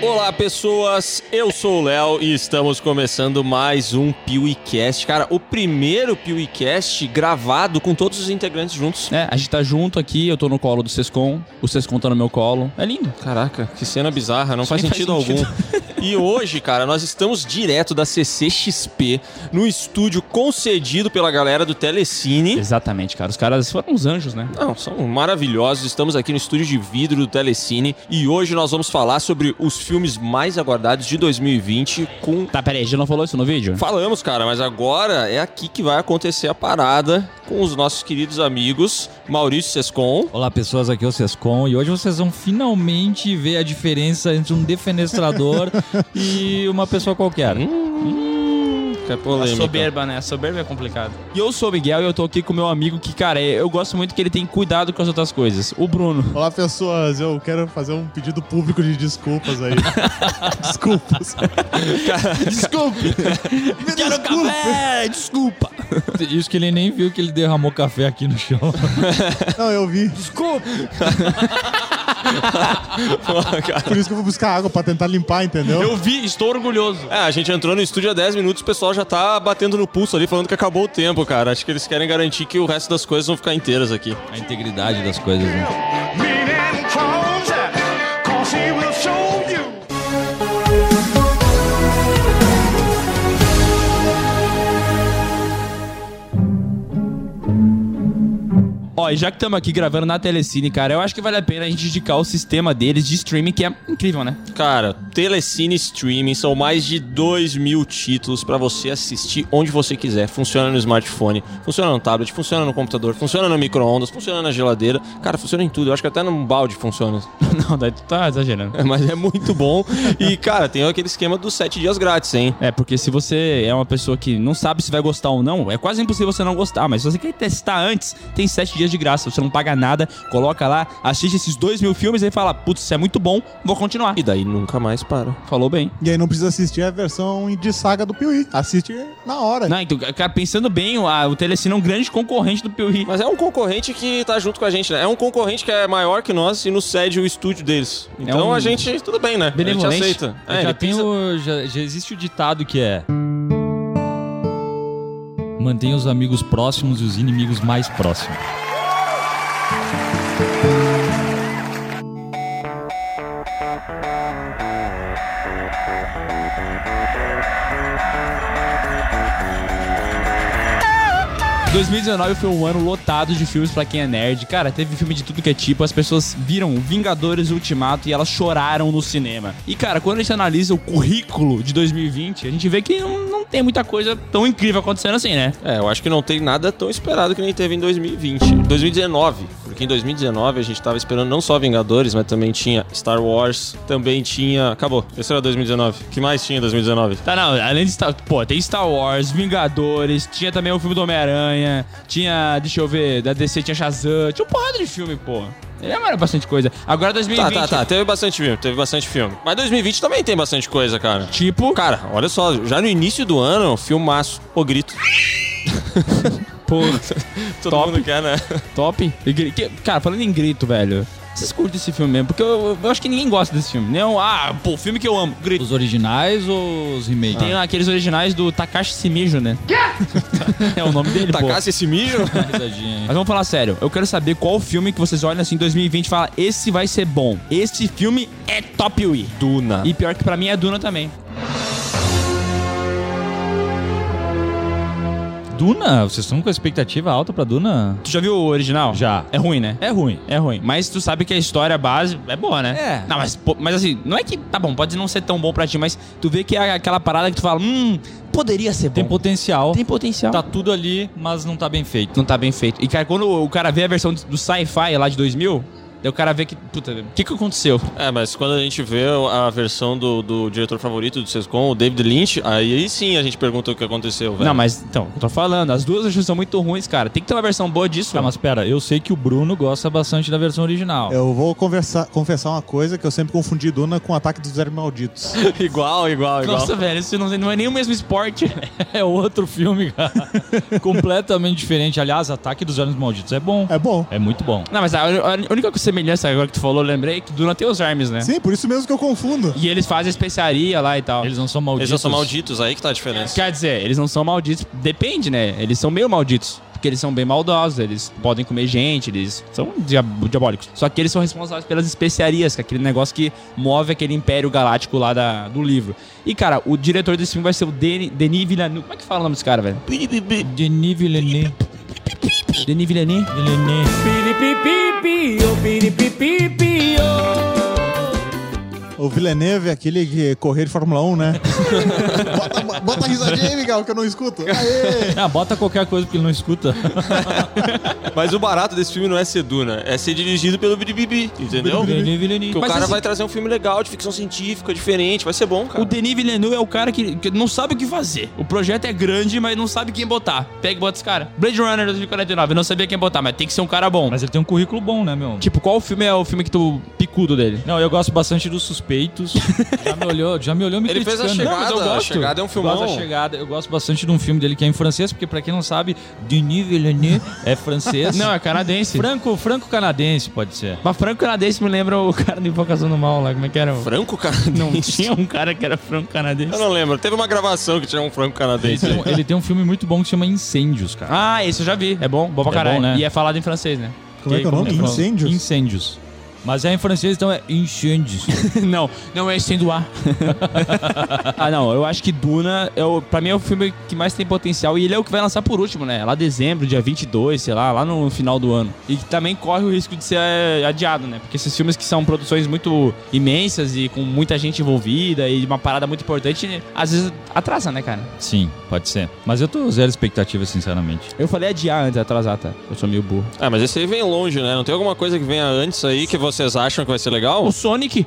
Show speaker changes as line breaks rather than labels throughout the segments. Olá, pessoas. Eu sou o Léo e estamos começando mais um PeeWeeCast. Cara, o primeiro PeeWeeCast gravado com todos os integrantes juntos.
É, a gente tá junto aqui, eu tô no colo do Sescon, o Sescon tá no meu colo. É lindo.
Caraca, que cena bizarra, não
Isso
faz
nem
sentido,
faz sentido.
algum. e hoje, cara, nós estamos direto da CCXP, no estúdio concedido pela galera do Telecine.
Exatamente, cara. Os caras foram uns anjos, né?
Não, são maravilhosos. Estamos aqui no estúdio de vidro do Telecine e hoje nós vamos falar sobre os filmes mais aguardados de 2020 com
Tá, peraí, a gente não falou isso no vídeo?
Falamos, cara, mas agora é aqui que vai acontecer a parada com os nossos queridos amigos Maurício Sescon.
Olá pessoas, aqui é o Sescon e hoje vocês vão finalmente ver a diferença entre um defenestrador e uma pessoa qualquer.
Hum, que é polêmica.
né? A soberba é complicado. E eu sou o Miguel e eu tô aqui com o meu amigo que, cara, é, eu gosto muito que ele tem cuidado com as outras coisas. O Bruno.
Olá, pessoas. Eu quero fazer um pedido público de desculpas aí. desculpas. Desculpe. Me desculpe.
É, desculpa.
Isso que ele nem viu que ele derramou café aqui no chão.
Não, eu vi.
Desculpa!
Ah,
Por isso que eu fui buscar água pra tentar limpar, entendeu?
Eu vi, estou orgulhoso.
É, a gente entrou no estúdio há 10 minutos, o pessoal já tá batendo no pulso ali, falando que acabou o tempo, cara. Acho que eles querem garantir que o resto das coisas vão ficar inteiras aqui.
A integridade das coisas, né?
meaning crumbs, cause he will show you.
Ó, e já que estamos aqui gravando na Telecine, cara, eu acho que vale a pena a gente indicar o sistema deles de streaming, que é incrível, né?
Cara, Telecine Streaming são mais de 2 mil títulos pra você assistir onde você quiser. Funciona no smartphone, funciona no tablet, funciona no computador, funciona no micro-ondas, funciona na geladeira. Cara, funciona em tudo. Eu acho que até num balde funciona.
Não, daí tu tá exagerando.
É, Mas é muito bom. E, cara, tem aquele esquema dos sete dias grátis, hein?
É, porque se você é uma pessoa que não sabe se vai gostar ou não, é quase impossível você não gostar. Mas se você quer testar antes, tem sete dias de graça. Você não paga nada, coloca lá, assiste esses dois mil filmes e fala: Putz, isso é muito bom, vou continuar.
E daí nunca mais para.
Falou bem.
E aí não precisa assistir a versão de saga do Piuí. Assiste na hora.
Não, então, cara, pensando bem, o- a- o Telecine é um grande concorrente do Piuí.
Mas é um concorrente que tá junto com a gente, né? É um concorrente que é maior que nós e nos cede o estúdio deles. Então
um
a gente, tudo bem, né? A gente
benevolente.
aceita. É,
já,
ele
tem
pisa-
o- já- já existe o ditado que é... Mantenha os amigos próximos e os inimigos mais próximos.
Mas 2019 foi um ano lotado de filmes pra quem é nerd. Cara, teve filme de tudo que é tipo. As pessoas viram Vingadores Ultimato e elas choraram no cinema. E, cara, quando a gente analisa o currículo de 2020, a gente vê que não, não tem muita coisa tão incrível acontecendo assim, né?
É, eu acho que não tem nada tão esperado que nem teve em 2020. 2019. Porque em 2019 a gente tava esperando não só Vingadores, mas também tinha Star Wars, também tinha. Acabou. Esse era 2019. O que mais tinha em 2019?
Tá, não, além de Star... Pô, tem Star Wars, Vingadores, tinha também o filme do Homem-Aranha, tinha, deixa eu ver, da DC tinha Shazam, tinha um porrada de filme, pô. Ele era bastante coisa. Agora 2020...
Tá, tá, tá. Teve bastante filme, teve bastante filme. Mas 2020 também tem bastante coisa, cara.
Tipo...
Cara, olha só, já no início do ano, filmaço, o grito.
Pô,
Todo
Top.
mundo quer, né?
top. E gri- que- Cara, falando em grito, velho... Vocês curtem esse filme mesmo? Porque eu, eu acho que ninguém gosta desse filme. Não, ah, pô, filme que eu amo. Grito.
Os originais ou os remakes? Ah.
Tem aqueles originais do Takashi Shimizu, né? é o nome dele, pô.
Tacasse esse mijo?
Dá uma risadinha aí.
Mas vamos falar sério. Eu quero saber qual filme que vocês olham assim em 2020 e falam: esse vai ser bom. Esse filme é top Wii.
Duna.
E pior que pra mim é Duna também.
Duna, vocês estão é com a expectativa alta pra Duna?
Tu já viu o original?
Já.
É ruim, né?
É ruim.
É ruim. Mas tu sabe que a história base é boa, né?
É.
Não, mas, pô, mas assim, não é que. Tá bom, pode não ser tão bom pra ti, mas tu vê que é aquela parada que tu fala: hum, poderia ser bom.
Tem potencial.
Tem potencial.
Tá tudo ali, mas não tá bem feito.
Não tá bem feito. E, cara, quando o cara vê a versão do sci-fi lá de 2000, daí o cara vê que. Puta, o que que aconteceu?
É, mas quando a gente vê a versão do, do diretor favorito do Sescon, o David Lynch, aí, aí sim a gente pergunta o que aconteceu, velho.
Não, mas então, eu tô falando, as duas versões são muito ruins, cara. Tem que ter uma versão boa disso.
Tá, mas pera, eu sei que o Bruno gosta bastante da versão original.
Eu vou conversar, confessar uma coisa que eu sempre confundi Duna com o ataque dos zero malditos.
igual, igual, igual.
Nossa, velho, isso não, não é nem o mesmo esporte.
É outro filme, cara. Completamente diferente. Aliás, Ataque dos Olhos Malditos é bom.
É bom.
É muito bom.
Não, mas a, a única coisa que semelhança agora que tu falou, eu lembrei é que Duna tem os armes,
É.
né?
Sim, por isso mesmo que eu confundo.
E eles fazem especiaria lá e tal.
Eles não são
Eles
malditos.
já são malditos, aí que tá a diferença.
Quer dizer, eles não são malditos. Depende, né? Eles são meio malditos. Porque eles são bem maldosos, eles podem comer gente, eles são dia- diabólicos. Só que eles são responsáveis pelas especiarias, que é aquele negócio que move aquele império galáctico lá da- do livro. E, cara, o diretor desse filme vai ser o Denis, Denis Villeneuve. Como é que fala o nome desse cara, velho?
Denis Villeneuve.
Denis Villeneuve?
Villeneuve.
O Villeneuve é aquele que correr de Fórmula 1, né? bota, bota a risadinha aí, Miguel, que eu não escuto. Aê!
Ah, bota qualquer coisa porque ele não escuta.
Mas o barato desse filme não é ser Duna, é ser dirigido pelo Bibibi, entendeu?
Denis Villeneuve.
Porque o
Mas
cara
assim-
vai trazer um filme legal, de ficção científica, diferente, vai ser bom, cara.
O Denis Villeneuve é o cara que, que não sabe o que fazer. O projeto é grande, mas não sabe quem botar. Pega e bota esse cara. Blade Runner 2049, não sabia quem botar, mas tem que ser um cara bom.
Mas ele tem um currículo bom, né, meu?
Tipo, qual filme é o filme que tu picudo dele?
Não, eu gosto bastante dos suspeitos. já me olhou, já me olhou me
Ele fez A
criticando. Não, mas eu
Chegada, A
gosto.
Chegada é um
Eu
filmão.
Gosto da chegada. Eu gosto bastante de um filme dele que é em francês, porque pra quem não sabe, Denis Villeneuve é francês.
Não, é canadense.
franco, franco canadense pode ser.
Mas franco canadense me lembra o cara do Invocação do Mal lá, como é que era? o-
Franco cara
Não tinha um cara que era franco
Eu
canadense.
não lembro. Teve uma gravação que tinha um franco canadense.
Ele tem um- Ele tem um filme muito bom que se chama Incêndios, cara.
Ah, esse eu já vi. É bom, bom pra
É
caralho.
bom, né?
E é falado em francês, né?
Como é que é o nome?
um.
Como é que fala?
Incêndios?
Incêndios. Mas é em francês, então é Incêndios.
não, não é estendo ar. ah, não, eu acho que Duna, é o, pra mim, é o filme que mais tem potencial. E ele é o que vai lançar por último, né? Lá dezembro, dia 22, sei lá, lá no final do ano. E que também corre o risco de ser é, adiado, né? Porque esses filmes que são produções muito imensas e com muita gente envolvida e uma parada muito importante, às vezes atrasa, né, cara?
Sim, pode ser. Mas eu tô zero expectativa, sinceramente.
Eu falei adiar antes, atrasar, tá? Eu sou meio burro.
Ah, mas esse aí vem longe, né? Não tem alguma coisa que venha antes aí que vocês acham que vai ser legal?
O Sonic,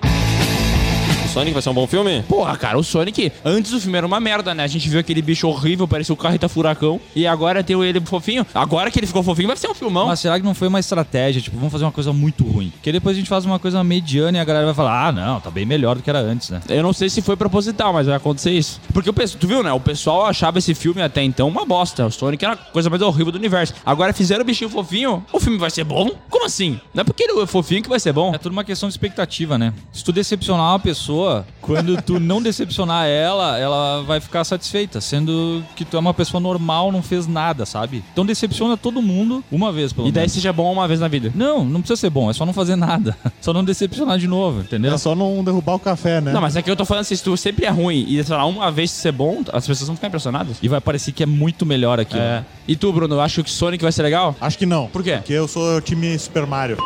O Sonic vai ser um bom filme?
porra, cara, o Sonic, antes do filme era uma merda, né? A gente viu aquele bicho horrível, parecia o carreta furacão. E agora tem ele fofinho. Agora que ele ficou fofinho, vai ser um filmão.
Mas será que não foi uma estratégia? Tipo, vamos fazer uma coisa muito ruim. Porque depois a gente faz uma coisa mediana e a galera vai falar: ah, não, tá bem melhor do que era antes, né?
Eu não sei se foi proposital, mas vai acontecer isso. Porque o pessoal, tu viu, né? O pessoal achava esse filme até então uma bosta. O Sonic era a coisa mais horrível do universo. Agora fizeram o bichinho fofinho, o filme vai ser bom? Como assim? Não é porque ele é fofinho que vai ser bom.
É tudo uma questão de expectativa, né? Se tu decepcionar uma pessoa, quando tu não decepcionar ela, ela vai ficar satisfeita, sendo que tu é uma pessoa normal, não fez nada, sabe? Então decepciona todo mundo uma vez, pelo
E daí
menos.
seja bom uma vez na vida.
Não, não precisa ser bom, é só não fazer nada. Só não decepcionar de novo, entendeu?
É só não derrubar o café, né?
Não, mas é que eu tô falando assim, se tu sempre é ruim e sei lá, uma vez se ser bom, as pessoas vão ficar impressionadas.
E vai parecer que é muito melhor aqui. né?
É. E tu, Bruno, acho que Sonic vai ser legal?
Acho que não.
Por quê?
Porque eu sou time Super Mario.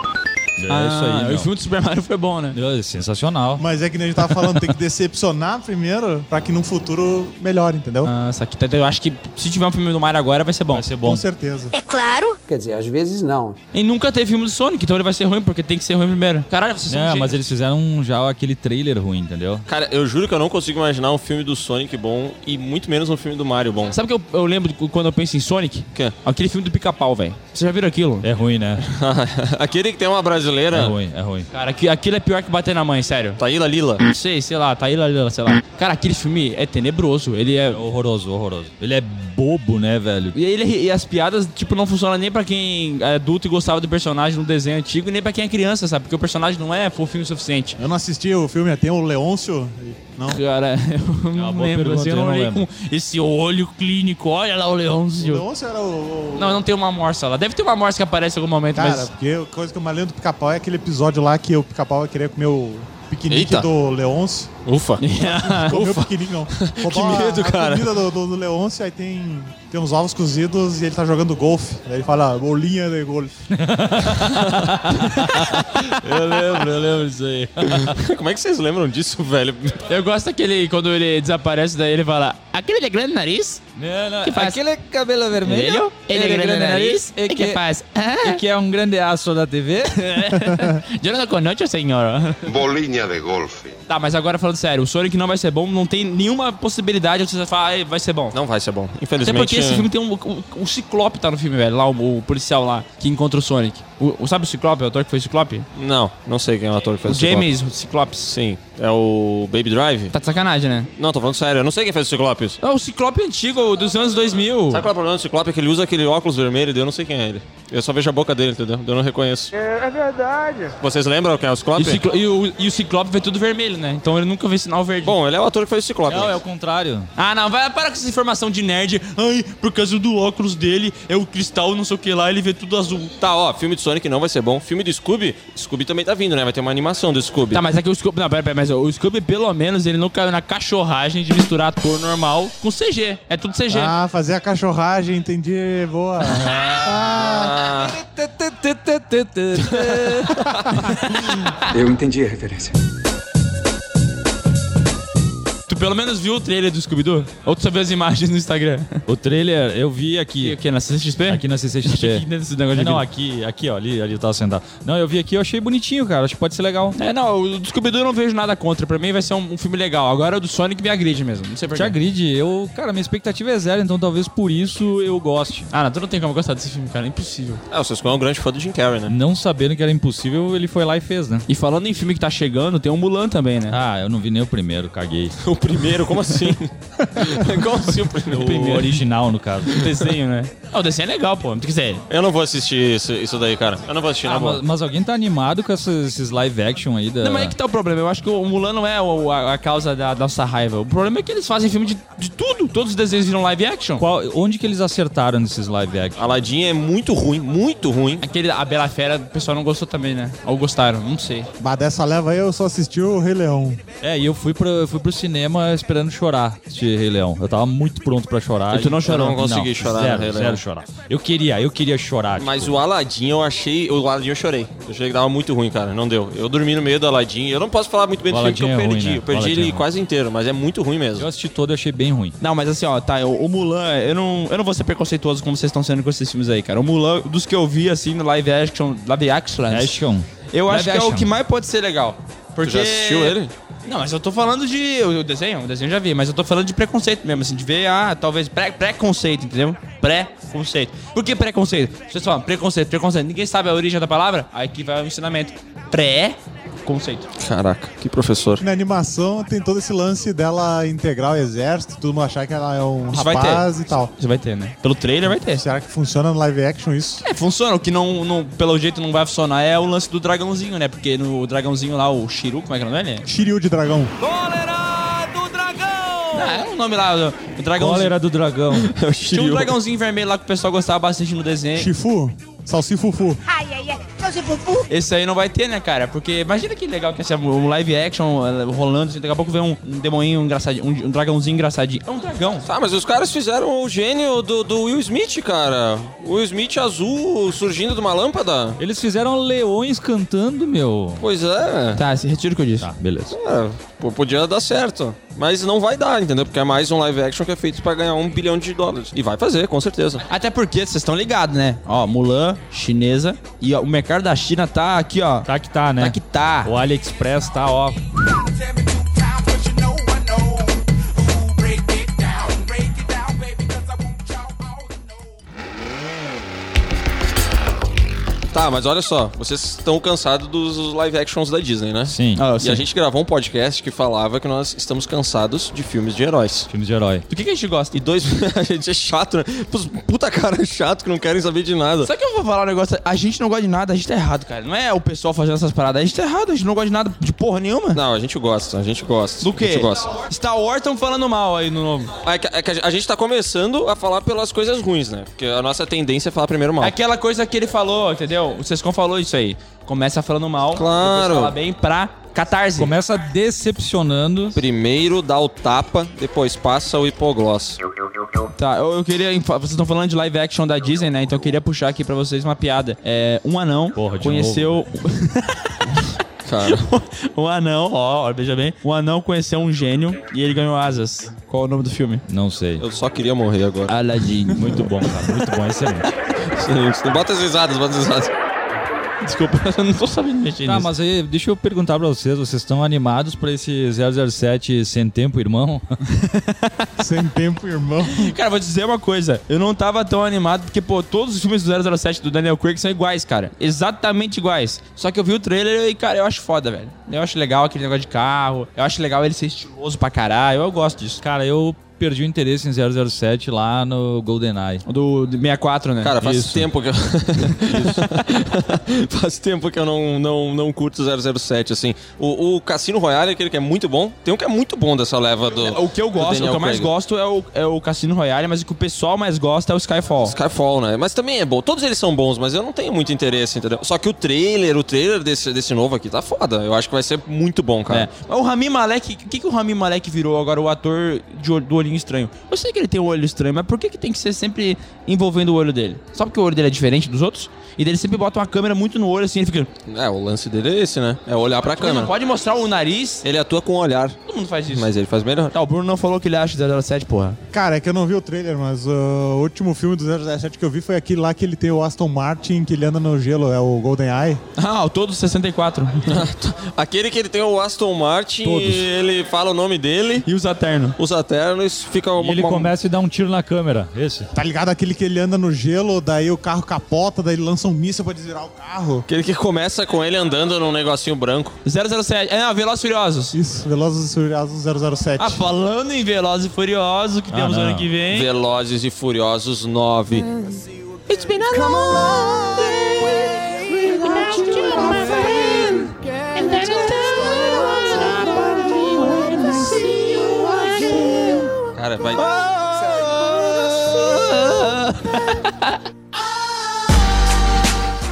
É
Ah,
meu.
O filme do Super Mario foi bom, né?
É sensacional.
Mas é que nem a gente tava falando, tem que decepcionar primeiro pra que num futuro melhore, entendeu?
Ah, isso aqui tá- Eu acho que se tiver um filme do Mario agora vai ser bom.
Vai ser bom.
Com certeza.
É claro.
Quer dizer, às vezes não.
E nunca teve filme do Sonic, então ele vai ser ruim, porque tem que ser ruim primeiro. Caralho, vocês são
É,
gênios.
mas eles fizeram já aquele trailer ruim, entendeu?
Cara, eu juro que eu não consigo imaginar um filme do Sonic bom e muito menos um filme do Mario bom.
Sabe o que eu, eu lembro de quando eu penso em Sonic?
Quê?
Aquele filme do pica-pau, velho. Vocês já viram aquilo?
É ruim, né?
Aquele que tem uma
É
brasileira,
ruim, é ruim.
Cara, aqui- aquilo é pior que bater na mãe, sério.
Taíla Lila.
Não sei, sei lá, tá aí, lá, lá, sei lá. Cara, aquele filme é tenebroso. Ele é.
Horroroso, horroroso. Ele é bobo, né, velho?
E, ele, e as piadas, tipo, não funcionam nem pra quem é adulto e gostava do personagem no desenho antigo, e nem pra quem é criança, sabe? Porque o personagem não é fofinho o suficiente.
Eu não assisti o filme, tem o Leôncio. Não.
Cara, eu não
É boa
lembro,
pergunta,
assim, eu
eu
não
não
olhei
lembro.
com esse olho clínico, olha lá o
O
leãozinho.
Leôncio era o. o-
Não, não tem uma morsa lá. Deve ter uma morsa que aparece em algum momento,
Cara,
mas...
porque a coisa que eu mais lembro do pica-pau é aquele episódio lá que o pica-pau vai querer comer o piquenique
Eita.
do Leôncio.
Ufa.
Comeu o piquenique, não. Roubar
medo,
a,
cara.
A comida do, do, do Leôncio, aí tem, tem uns ovos cozidos e ele tá jogando golfe. Aí ele fala, "Ah, bolinha de golfe.
Eu lembro, eu lembro disso aí.
Como é que vocês lembram disso, velho?
Eu gosto daquele, quando ele desaparece, daí ele fala, aquele de grande nariz?
Não, não.
Que faz?
Aquele cabelo vermelho.
Ele é grande nariz?
E que,
faz?
e que é um grande aço da TV.
Eu não conosco, senhor.
Bolinha de golfe.
Tá, mas agora falando sério, o Sonic não vai ser bom, não tem nenhuma possibilidade de você falar, ah, vai ser bom.
Não vai ser bom.
Até
Infelizmente.
porque esse filme tem um. O, o Ciclope tá no filme, velho. Lá, o, o policial lá, que encontra o Sonic. O, o- sabe o Ciclope, o ator que foi o Ciclope?
Não, não sei quem é o ator que
O
fez
James, o Ciclope.
Ciclope. Sim. É o Baby Drive?
Tá de sacanagem, né?
Não, tô falando sério. Eu não sei quem fez o Ciclope. Ciclopes.
É o Ciclope antigo dos anos 2000.
Sabe qual é o problema do Ciclope? É que ele usa aquele óculos vermelho e eu não sei quem é ele. Eu só vejo a boca dele, entendeu? Eu não reconheço. É, verdade. Vocês lembram quem é o
E
Ciclope?
o, ciclo- e o- e o Ciclope vê tudo vermelho, né? Então ele nunca vê sinal verde.
Bom, ele é o ator que fez o Ciclope.
Não, é o contrário.
Ah, não, vai, para com essa informação de nerd. Ai, por causa do óculos dele, é o cristal, não sei o que lá, ele vê tudo azul.
Tá, ó, filme de Sonic não vai ser bom. Filme do Scooby, Scooby também tá vindo, né? Vai ter uma animação do Scooby.
Tá, mas é que o Scooby. Não, pera, pera, mas o Scooby, pelo menos, ele não caiu na cachorragem de misturar ator normal com CG. É tudo CG.
Ah, fazer a cachorragem, entendi. Boa. Ah,
Eu entendi a referência.
Tu pelo menos viu o trailer do Scooby-Doo? Ou tu só viu as imagens no Instagram?
O trailer eu vi aqui.
E o que? Na CCXP?
Aqui na CCXP.
nesse negócio
É,
de
não,
vídeo.
aqui, aqui, ó, ali, ali eu tava sentado. Não, eu vi aqui, eu achei bonitinho, cara. Acho que pode ser legal.
É, não, o do Scooby-Doo eu não vejo nada contra. Pra mim vai ser um, um filme legal. Agora o do Sonic me agride mesmo. Não sei
Te
porquê.
agride, eu. Cara, minha expectativa é zero, então talvez por isso eu goste.
Ah, não, tu não tem como gostar desse filme, cara. É impossível.
Ah, o Sescon é um grande fã do Jim Carrey, né?
Não sabendo que era impossível, ele foi lá e fez, né?
E falando em filme que tá chegando, tem o Mulan também, né?
Ah, eu não vi nem o primeiro, caguei.
Ah,
O primeiro, como assim? como assim o primeiro?
O original, no caso.
O desenho, né? Ah, o desenho é legal, pô. Quer dizer,
Eu não vou assistir isso, isso daí, cara. Eu não vou assistir, na
Ah,
boa.
mas, mas alguém tá animado com essas- esses live action aí da.
Não, mas aí que tá o problema. Eu acho que o Mulan não é o- a, a causa da nossa raiva. O problema é que eles fazem filme de, de tudo. Todos os desenhos viram live action.
Qual- onde que eles acertaram nesses live action?
Aladdin é muito ruim, muito ruim.
Aquele, a Bela Fera, o pessoal não gostou também, né? Ou gostaram, não sei.
mas dessa leva aí eu só assisti o Rei Leão.
É, e eu fui, pra, eu fui pro cinema esperando chorar de Rei Leão. Eu tava muito pronto pra chorar.
E tu não chorou?
Eu não consegui chorar no
Zero,
Rei Leão.
zero chorar. Eu queria, eu queria chorar.
Mas o Aladdin eu achei. O Aladdin eu chorei. Eu achei que dava muito ruim, cara. Não deu. Eu dormi no meio do Aladdin. Eu não posso falar muito bem do
O
filme porque eu
Aladdin é
perdi.
ruim, né?
Eu perdi
O Aladdin
ele
é ruim.
quase inteiro, mas é muito ruim
Eu
mesmo.
assisti todo e achei bem ruim.
Não, mas assim, ó, tá, o, o Mulan, eu não, eu não vou ser preconceituoso como vocês estão sendo com esses filmes aí, cara. O Mulan, dos que eu vi, assim, no live action, live action,
Action.
eu acho
Live
que é o
action.
que mais pode ser legal. Porque...
Tu já assistiu ele?
Não, mas eu tô falando de. O desenho, o desenho eu já vi, mas eu tô falando de preconceito mesmo, assim, de ver, ah, talvez pré- preconceito, entendeu? Pré-conceito. Por que preconceito? Vocês falam preconceito, preconceito. Ninguém sabe a origem da palavra? Aí que vai o ensinamento. Pré-conceito.
Caraca, que professor.
Na animação tem todo esse lance dela integrar o exército, todo mundo achar que ela é um
Isso vai
rapaz e tal.
Você vai ter, né? Pelo trailer vai ter.
Será que funciona no live action isso?
É, funciona. O que não, não- pelo jeito não vai funcionar é o lance do dragãozinho, né? Porque no dragãozinho lá, o Shiru, como é que é o nome dele?
Shiryu de dragão.
Ah, é um nome lá, o dragãozinho.
Cólera do dragão.
Tinha um dragãozinho vermelho lá que o pessoal gostava bastante no desenho.
Shifu? Salsifufu.
Ai, ai, ai. Então, se fufu.
Esse aí não vai ter, né, cara? Porque imagina que legal que ia ser um live action eh, rolando, assim, daqui a pouco vem um, um demoninho engraçadinho, um, um dragãozinho engraçadinho. É um dragão.
Tá, mas os caras fizeram o gênio do, do Will Smith, cara. O Will Smith azul surgindo de uma lâmpada.
Eles fizeram leões cantando, meu.
Pois é.
Tá, se retira o que eu disse.
Tá, beleza.
É, pô, podia dar certo. Mas não vai dar, entendeu? Porque é mais um live action que é feito pra ganhar um bilhão de dólares. E vai fazer, com certeza.
Até porque vocês estão ligados, né? Ó, Mulan, chinesa. E ó, o mercado da China tá aqui, ó.
Tá que tá, né?
Tá que tá.
O AliExpress tá, ó.
Tá, mas olha só, vocês estão cansados dos live actions da Disney, né?
Sim.
Ó,
E a
assim,
gente gravou um podcast que falava que nós estamos cansados de filmes de heróis.
Filmes de herói.
Do que, que a gente gosta?
E dois. a gente é chato, né? Pros Puta cara chato que não querem saber de nada.
Só que eu vou falar um negócio, a gente não gosta de nada, a gente tá errado, cara. Não é o pessoal fazendo essas paradas, a gente tá errado, a gente não gosta de nada de porra nenhuma.
Não, a gente gosta, a gente gosta.
Do
A
quê?
gente gosta.
Star Wars tão falando mal aí no novo.
É que, é que a gente tá começando a falar pelas coisas ruins, né? Porque a nossa tendência é falar primeiro mal.
Aquela coisa que ele falou, entendeu? O Sescon falou isso aí. Começa falando mal,
Claro.
depois fala bem pra catarse.
Começa Tá decepcionando.
Primeiro dá o tapa, depois passa o hipogloss.
Tá, eu, eu queria. infa- Vocês estão falando de live action da Disney, né? Então eu queria puxar aqui pra vocês uma piada. É, um anão
Porra, de
conheceu.
Cara,
um anão, ó, ó, veja bem. Um anão conheceu um gênio e ele ganhou asas. Qual é o nome do filme?
Não sei.
eu só queria morrer agora.
Aladdin.
Muito bom, cara. Muito bom, excelente.
Bota as risadas, bota as risadas.
Desculpa, eu não tô sabendo mexer
Tá,
nisso.
mas aí, deixa eu perguntar pra vocês. Vocês estão animados pra esse 007 Sem Tempo, Irmão?
Sem tempo, irmão.
Cara, vou te dizer uma coisa. Eu não tava tão animado porque, pô, todos os filmes do 007 do Daniel Craig são iguais, cara. Exatamente iguais. Só que eu vi o trailer e, cara, eu acho foda, velho. Eu acho legal aquele negócio de carro. Eu acho legal ele ser estiloso pra caralho. Eu gosto disso.
Cara, eu perdi o interesse em 007 lá no GoldenEye.
Do de 64, né?
Cara, faz
Isso.
tempo que eu... faz tempo que eu não, não, não curto 007, assim. O, o Cassino Royale, aquele que é muito bom, tem um que é muito bom dessa leva do
O que eu
do
gosto, o
Daniel
que eu mais
Craig.
gosto é o, é o Cassino Royale, mas o que o pessoal mais gosta é o Skyfall.
Skyfall, né? Mas também é bom. Todos eles são bons, mas eu não tenho muito interesse, entendeu? Só que o trailer, o trailer desse, desse novo aqui tá foda. Eu acho que vai ser muito bom, cara.
É. Mas o Rami Malek, o que, que o Rami Malek virou agora, o ator de olho- do olhinho estranho? Eu sei que ele tem um olho estranho, mas por que, que tem que ser sempre envolvendo o olho dele? Só porque o olho dele é diferente dos outros? E daí ele sempre bota uma câmera muito no olho, assim, ele fica...
É, o lance dele é esse, né? É olhar pra
Não
câmera.
pode mostrar o nariz,
Ele atua com o olhar,
todo mundo faz isso.
mas ele faz melhor.
Tá, o Bruno não falou que ele acha 007, porra.
Cara, é que eu não vi o trailer, mas uh, o último filme do 007 que eu vi foi aquele lá que ele tem o Aston Martin, que ele anda no gelo, é o Golden Eye.
Ah, o todo 64.
Aquele que ele tem o Aston Martin
Todos.
e ele fala o nome dele,
e usa terno.
usa ternos, fica
E ele começa e dá um tiro na câmera. Esse.
Tá ligado? Aquele que ele anda no gelo, daí o carro capota, daí ele lança um míssil pra desvirar o carro.
Aquele que começa com ele andando num negocinho branco.
007. É, não, Velozes e Furiosos.
Isso, Velozes e Furiosos 007.
Ah, falando em Velozes e Furiosos, que temos
Ah, não.
ano que vem.
Velozes e Furiosos 9. Cara, vai.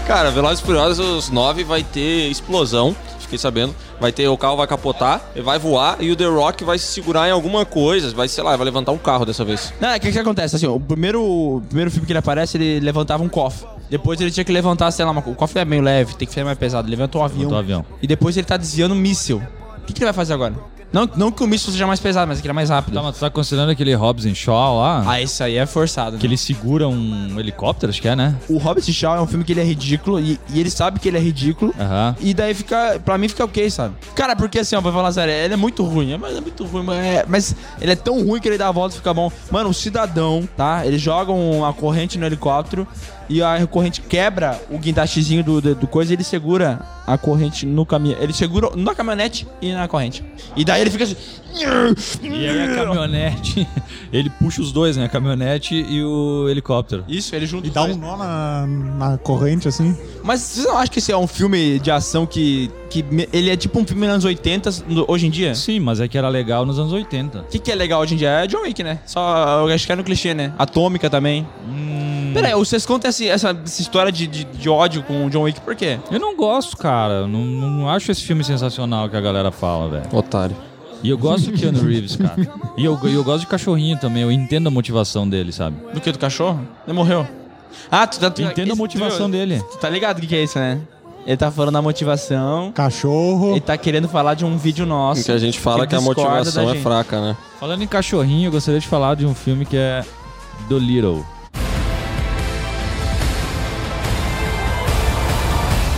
Cara, Velozes e Furiosos 9 vai ter explosão, fiquei sabendo. Vai ter, o carro vai capotar, vai voar e o The Rock vai se segurar em alguma coisa. Vai, sei lá, vai levantar um carro dessa vez.
Não, é que o que acontece? Assim, o primeiro, o primeiro filme que ele aparece, ele levantava um cofre. Depois ele tinha que levantar, sei lá, uma, co- o cofre é meio leve, tem que ser mais pesado. Ele levanta um avião.
Levantou um avião.
E depois ele tá desviando um míssil. O que, que ele vai fazer agora? Não, não que o míssil seja mais pesado, mas que ele é mais rápido.
Tá, mas tu tá considerando aquele Hobbs Shaw lá?
Ah, isso aí é forçado. né?
Que ele segura um helicóptero, acho que é, né?
O Hobbit Shaw é um filme que ele é ridículo e, e ele sabe que ele é ridículo.
Aham.
E daí fica. Pra mim fica ok, sabe? Cara, porque assim, ó, vou falar sério, ele é muito ruim, é- mas é muito ruim, mas, é- mas ele é tão ruim que ele dá a volta e fica bom. Mano, um cidadão, tá? Eles jogam uma corrente no helicóptero e a corrente quebra o guindastezinho do, do, do coisa e ele segura a corrente no caminhão. Ele segura na caminhonete e na corrente. E daí ele fica assim.
E aí a caminhonete, ele puxa os dois, né? A caminhonete e o helicóptero.
Isso, ele junta.
E
os
dá
dois.
um nó na, na corrente, assim.
Mas vocês não acham que esse é um filme de ação que. que me- ele é tipo um filme nos anos 80, no- hoje em dia?
Sim, mas é que era legal nos anos 80.
O que, que é legal hoje em dia? É John Wick, né? Só eu acho que é no clichê, né? Atômica também.
Hum.
Peraí, vocês contam esse- essa, essa história de, de, de ódio com o John Wick por quê?
Eu não gosto, cara. Eu Não, não acho esse filme sensacional que a galera fala, velho.
Otário.
E eu gosto de Keanu Reeves, cara. E eu, e eu gosto de cachorrinho também. Eu entendo a motivação dele, sabe?
Do que? Do cachorro? Ele morreu. Ah, tu tá. tu-
Entendo a
esse-
motivação
tu-
dele.
Tu tá ligado o que, que é isso, né? Ele tá falando da motivação.
Cachorro.
Ele tá querendo falar de um vídeo
Em
nosso.
que a gente fala
Ele
que a
discorda da
motivação é
gente.
fraca, né?
Falando em cachorrinho, eu gostaria de falar de um filme que é Do Little.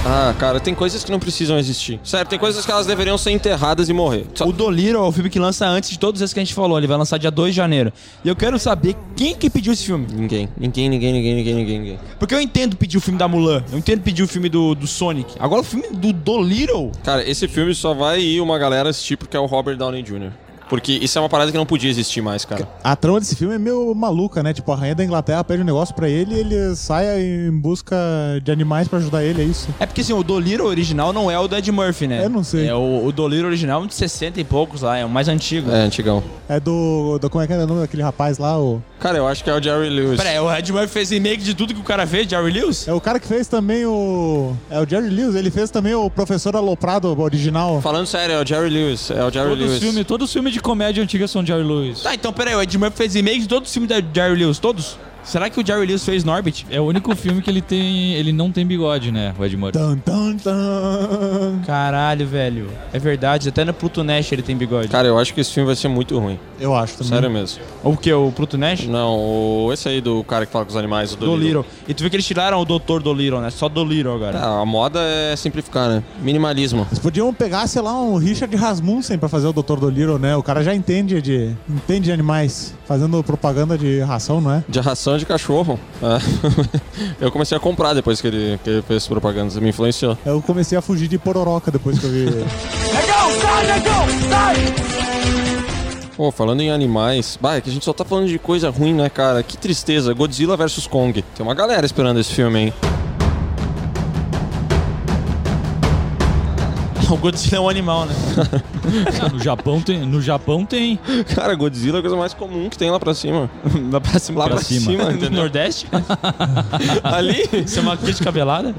Ah, cara, tem coisas que não precisam existir. Sério, tem coisas que elas deveriam ser enterradas e morrer. Só-
O Doliro é o filme que lança antes de todos esses que a gente falou. Ele vai lançar dia 2 de janeiro. E eu quero saber quem que pediu esse filme.
Ninguém. Ninguém, ninguém, ninguém, ninguém, ninguém, ninguém.
Porque eu entendo pedir o filme da Mulan. Eu entendo pedir o filme do, do Sonic. Agora o filme do Doliro.
Cara, esse filme só vai ir uma galera assistir porque é o Robert Downey Jr. Porque isso é uma parada que não podia existir mais, cara.
A trama desse filme é meio maluca, né? Tipo, a rainha da Inglaterra pede um negócio pra ele e ele sai em busca de animais pra ajudar ele, é isso?
É porque assim, o Doliro original não é o do Ed Murphy, né?
Eu não sei.
É o, o Doliro original é um de 60 e poucos lá, é o mais antigo.
É, antigão.
É do, do. Como é que é o nome daquele rapaz lá? O,
Cara, eu acho que é o Jerry Lewis.
Peraí, o Ed Murphy fez remake de tudo que o cara fez, Jerry Lewis?
é o cara que fez também o. É o Jerry Lewis, ele fez também o Professor Aloprado original.
Falando sério, é o Jerry Lewis. É o Jerry
Todo
Lewis.
filme, todo filme de comédia antiga são Jerry Lewis.
Tá, então peraí, o Ed Murphy fez remake de todos os filmes da Jerry Lewis, todos? Será que o Jerry Lewis fez Norbit?
É o único filme que ele tem, ele não tem bigode, né, o Ed Murphy.
Tan, tan, tan.
Caralho, velho. É verdade, até no Pluto Nash ele tem bigode.
Cara, eu acho que esse filme vai ser muito ruim.
Eu acho também.
Sério mesmo.
O que, o Pluto Nash?
Não, o... esse aí do cara que fala com os animais, o Dolittle.
Doliro. E tu viu que eles tiraram o Doutor Doliro, né? Só Doliro agora.
Ah, a moda é simplificar, né? Minimalismo.
Eles podiam pegar, sei lá, um Richard Rasmussen pra fazer o Dr. Dolittle, né? O cara já entende de, entende de animais, fazendo propaganda de ração, não é?
De ração de cachorro. É. Eu comecei a comprar depois que ele, que ele fez propagandas, me influenciou.
Eu comecei a fugir de pororoca depois que eu vi.
Pô, falando em animais, bah, é que a gente só tá falando de coisa ruim, né, cara? Que tristeza, Godzilla vs Kong. Tem uma galera esperando esse filme, hein?
O Godzilla é um animal, né?
Ah, no Japão tem. No Japão tem.
Cara, Godzilla é a coisa mais comum que tem lá pra cima.
Lá pra cima.
Lá
Pra
pra,
cima.
cima,
No
entendeu?
Nordeste?
Ali?
Isso é uma crítica velada?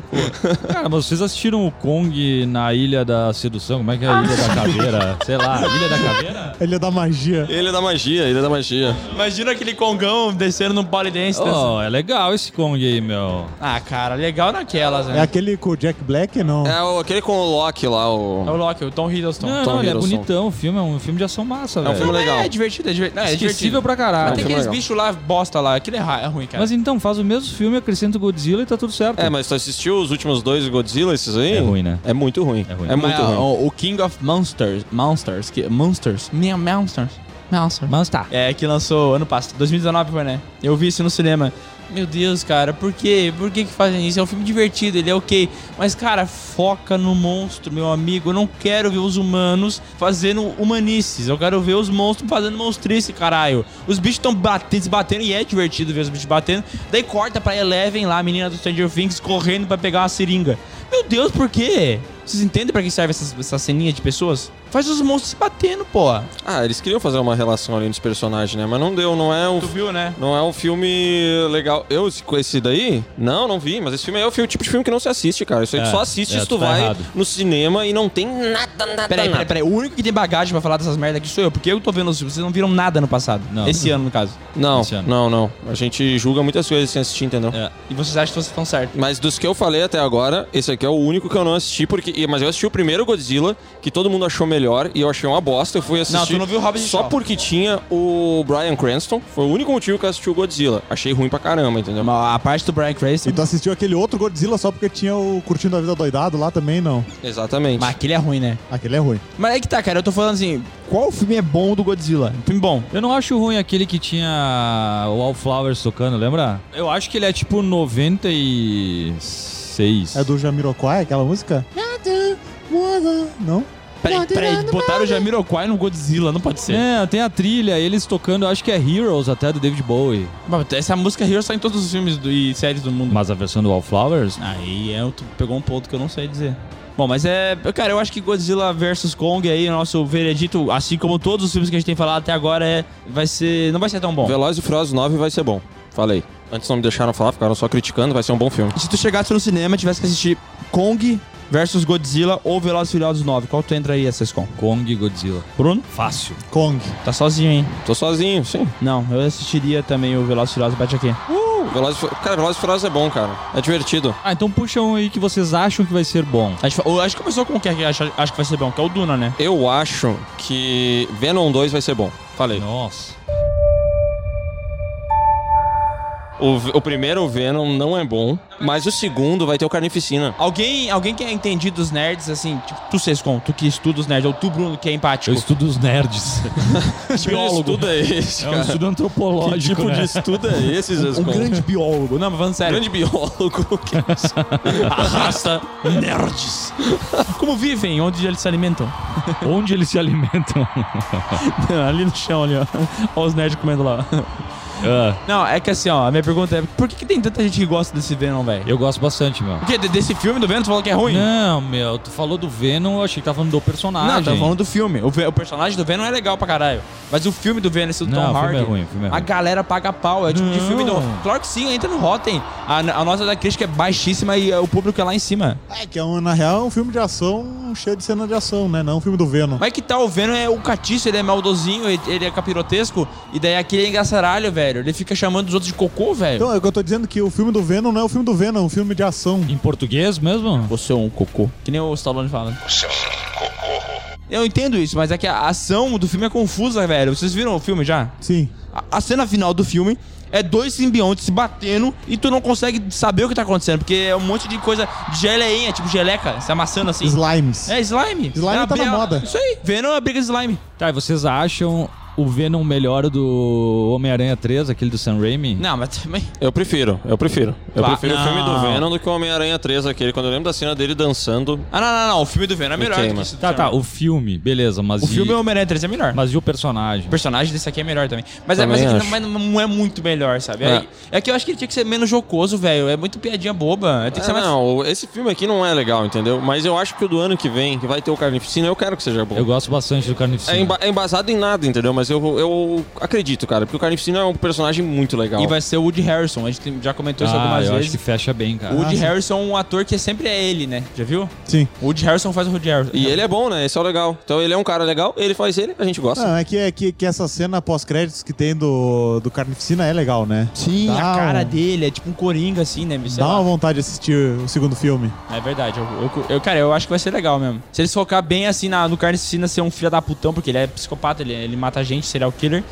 Cara, mas vocês assistiram o Kong na Ilha da Sedução? Como é que é a Ilha da Caveira? Sei lá, Ilha da Caveira?
Ele é da magia.
Ele é da magia, ele é da magia.
Imagina aquele congão descendo num polidense. né? dançando.
Oh, é legal esse Kong aí, meu.
Ah, cara, legal naquelas,
É
né?
aquele com o Jack Black, não?
É o- aquele com o Loki lá,
É o
o.
Loki, o Tom Hiddleston.
Não,
Tom
não, ele é
Hiddleston.
bonitão o filme, é um filme de ação massa,
É um
velho.
filme legal.
É divertido, é divertido. Não, é
Esquecível
divertido.
pra caralho.
Tem
filme
aqueles
legal.
bichos lá, bosta lá. Aquilo é, ra- é ruim, cara.
Mas então, faz o mesmo filme, acrescenta o Godzilla e tá tudo certo.
É, mas tu assistiu os últimos dois Godzilla, esses aí?
É ruim, né?
É muito ruim.
É ruim.
É muito
Mas,
ruim.
ó, O King of Monsters. Monsters. Que, monsters.
Minha Monsters. Monsters.
Mas tá.
É, que lançou ano passado, 2019 foi, né? Eu vi isso no cinema. Meu Deus, cara, por quê? Por que que fazem isso? É um filme divertido, ele é ok. Mas, cara, foca no monstro, meu amigo. Eu não quero ver os humanos fazendo humanices. Eu quero ver os monstros fazendo monstrice, caralho. Os bichos estão batendo, se batendo e é divertido ver os bichos batendo. Daí corta pra Eleven lá, a menina do Stranger Things, correndo pra pegar uma seringa. Meu Deus, por quê? Vocês entendem pra que serve essas- essa, ceninha de pessoas? Faz os monstros se batendo, pô.
Ah, eles queriam fazer uma relação ali nos personagens, né? Mas não deu, não é um.
Tu viu, né?
Não é um filme legal. Eu, esse- com esse daí? Não, não vi. Mas esse filme aí é o filme- tipo de filme que não se assiste, cara. Isso aí tu
É,
só assiste
é,
se
tu
tu
tá
vai
errado.
no cinema e não tem nada, nada,
Peraí,
nada.
peraí, peraí. O único que tem bagagem pra falar dessas merdas aqui sou eu, porque eu tô vendo os filmes. Vocês não viram nada no passado.
Não.
Esse ano, no caso.
Não,
Esse ano.
não, não. A gente julga muitas coisas sem assistir, entendeu?
É.
E vocês acham que vocês estão certos.
Mas dos que eu falei até agora, esse aqui é o único que eu não assisti, porque. e- Mas eu assisti o primeiro Godzilla, que todo mundo achou melhor, e eu achei uma bosta. Eu fui assistir.
tu não viu Hobbs e
Só
Shaw.
porque tinha o Brian Cranston. Foi o único motivo que eu assisti o Godzilla. Achei ruim pra caramba, entendeu?
A parte do Brian Cranston...
E tu assistiu aquele outro Godzilla só porque tinha o Curtindo a Vida Doidado lá também, não?
Exatamente.
Mas aquele é ruim, né?
Aquele é ruim.
Mas aí que tá, cara. Eu tô falando assim, qual filme é bom do Godzilla? Um filme bom.
Eu não acho ruim aquele que tinha o Wallflowers tocando, lembra? Eu acho que ele é tipo 96.
É do Jamiroquai, aquela música? Não?
Peraí, peraí. Botaram o Jamiroquai no Godzilla, não pode ser.
É, tem a trilha, eles tocando, eu acho que é Heroes até do David Bowie.
Mas Essa música Hero sai em todos os filmes do- e séries do mundo.
Mas a versão do Wallflowers?
Aí é, tu pegou um ponto que eu não sei dizer. Bom, mas é. Cara, eu acho que Godzilla vs Kong aí, nosso veredito, assim como todos os filmes que a gente tem falado até agora, é, vai ser. Não vai ser tão bom.
Veloz e Furioso 9 vai ser bom. Falei. Antes não me deixaram falar, ficaram só criticando, vai ser um bom filme.
Se tu chegasse no cinema e tivesse que assistir Kong versus Godzilla ou Velozes e Furiosos 9, qual tu entra aí, Sescon?
Kong e Godzilla.
Bruno?
Fácil.
Kong.
Tá sozinho, hein?
Tô sozinho, sim.
Não, eu assistiria também o Velozes e Furiosos Bate Aqui.
Uh, Veloz e Fu- Cara, Veloz e Furioso é bom, cara. É divertido.
Ah, então puxa um aí que vocês acham que vai ser bom.
A gente fa- eu acho que começou com o que eu acho, acho que vai ser bom, que é o Duna, né?
Eu acho que Venom 2 vai ser bom. Falei.
Nossa.
O, v- o primeiro Venom não é bom, mas o segundo vai ter o Carnificina.
Alguém, alguém que é entendido dos nerds, assim, tipo, tu Sescon, tu que estuda os nerds, ou tu, Bruno, que é empático.
Eu estudo os nerds.
Que estudo é esse,
É um
cara?
estudo
que
antropológico.
tipo
né?
de estudo é esse, Zescon?
Um grande biólogo.
Não, mas falando sério.
Grande biólogo. Que é isso?
Arrasta nerds. Como vivem? Onde eles se alimentam?
Onde eles se alimentam?
ali no chão, ali, ó. Olha os nerds comendo lá.
Ah,
Não, é que assim, ó, a minha pergunta é: por que, que tem tanta gente que gosta desse Venom, velho?
eu gosto bastante, meu.
O quê? De- Desse filme do Venom? Tu falou que é ruim? Ah,
Não, meu, tu falou do Venom, eu achei que tava falando do personagem.
Não, tava falando do filme. O, ve- o personagem do Venom é legal pra caralho. Mas o filme do Venom, esse do
Não,
Tom
o filme
Hardy.
é ruim, o filme é
A
ruim.
galera paga pau. É o tipo de
Não.
filme do. Claro que sim, entra no Rotten. A, a nota da crítica é baixíssima e é, o público é lá em cima.
É, que é um, na real é um filme de ação cheio de cena de ação, né? Não um filme do Venom.
Mas que tal? O Venom é o catiço, ele é maldozinho, ele, ele é capirotesco. E daí aquele é engraçaralho, velho. Ele fica chamando os outros de cocô, velho.
Então, é o que eu tô dizendo que o filme do Venom não é o filme do Venom, é um filme de ação.
Em português mesmo?
Você é um cocô. Que nem o Stallone fala. Você é um cocô. Eu entendo isso, mas é que a ação do filme é confusa, velho. Vocês viram o filme já?
Sim.
A- A cena final do filme é dois simbiontes se batendo e tu não consegue saber o que tá aconteinho, porque é um monte de coisa de geleinha, tipo geleca, se amassando assim.
Slimes.
É slime.
Slime
é a
tá na moda.
Isso aí. Venom é a briga de slime.
Tá, e vocês acham o Venom melhor do Homem-Aranha 3, aquele do Sam Raimi?
Não, mas também.
Eu prefiro, eu prefiro. Eu
Bah,
prefiro o filme do
não.
Venom do que o Homem-Aranha 3, aquele. Quando eu lembro da cena dele dançando.
Ah, não, não, não. O filme do Venom é melhor
queima.
do que esse do
Tá,
Sam
tá,
Raimi.
o filme, um- beleza, mas
O
e-
filme Homem-Aranha 3 é melhor.
Mas e o personagem?
O personagem desse aqui é melhor também. Mas, é,
Também
mas, é que não,
acho.
mas não é muito melhor, sabe?
É.
É. é que eu acho que ele tinha que ser menos jocoso, velho. É muito piadinha boba. Tem que
Ah,
ser é mais.
não, esse filme aqui não é legal, entendeu? Mas eu acho que o do ano que vem, que vai ter o Carnificina, eu quero que seja bom.
Eu gosto bastante do Carnificina.
É, emba- é embasado em nada, entendeu? Mas eu, eu acredito, cara, porque o Carnificina é um personagem muito legal.
E vai ser o Woody Harrison. A gente tem- já comentou isso
Ah,
algumas
eu
vezes.
acho que fecha bem, cara.
O Woody
Ah, sim.
Harrison é um ator que sempre é ele, né? Já viu?
Sim.
O Woody Harrison faz o Woody Harrison.
E ele é bom, né? Esse é o legal. Então ele é um cara legal, ele faz ele, a gente
Ah,
gosta.
Não, é que, é que, que essa cena pós-créditos que tem do, do Carnificina é legal, né?
Sim,
Dá
a cara
um-
dele é tipo um coringa assim, né? bicho? Sei
Dá
lá.
uma vontade de assistir o segundo filme.
É verdade. Eu, eu- eu- cara, eu acho que vai ser legal mesmo. Se eles focar bem assim na, no Carnicina ser um filho da putão, porque ele é psicopata, ele, ele mata gente, serial killer.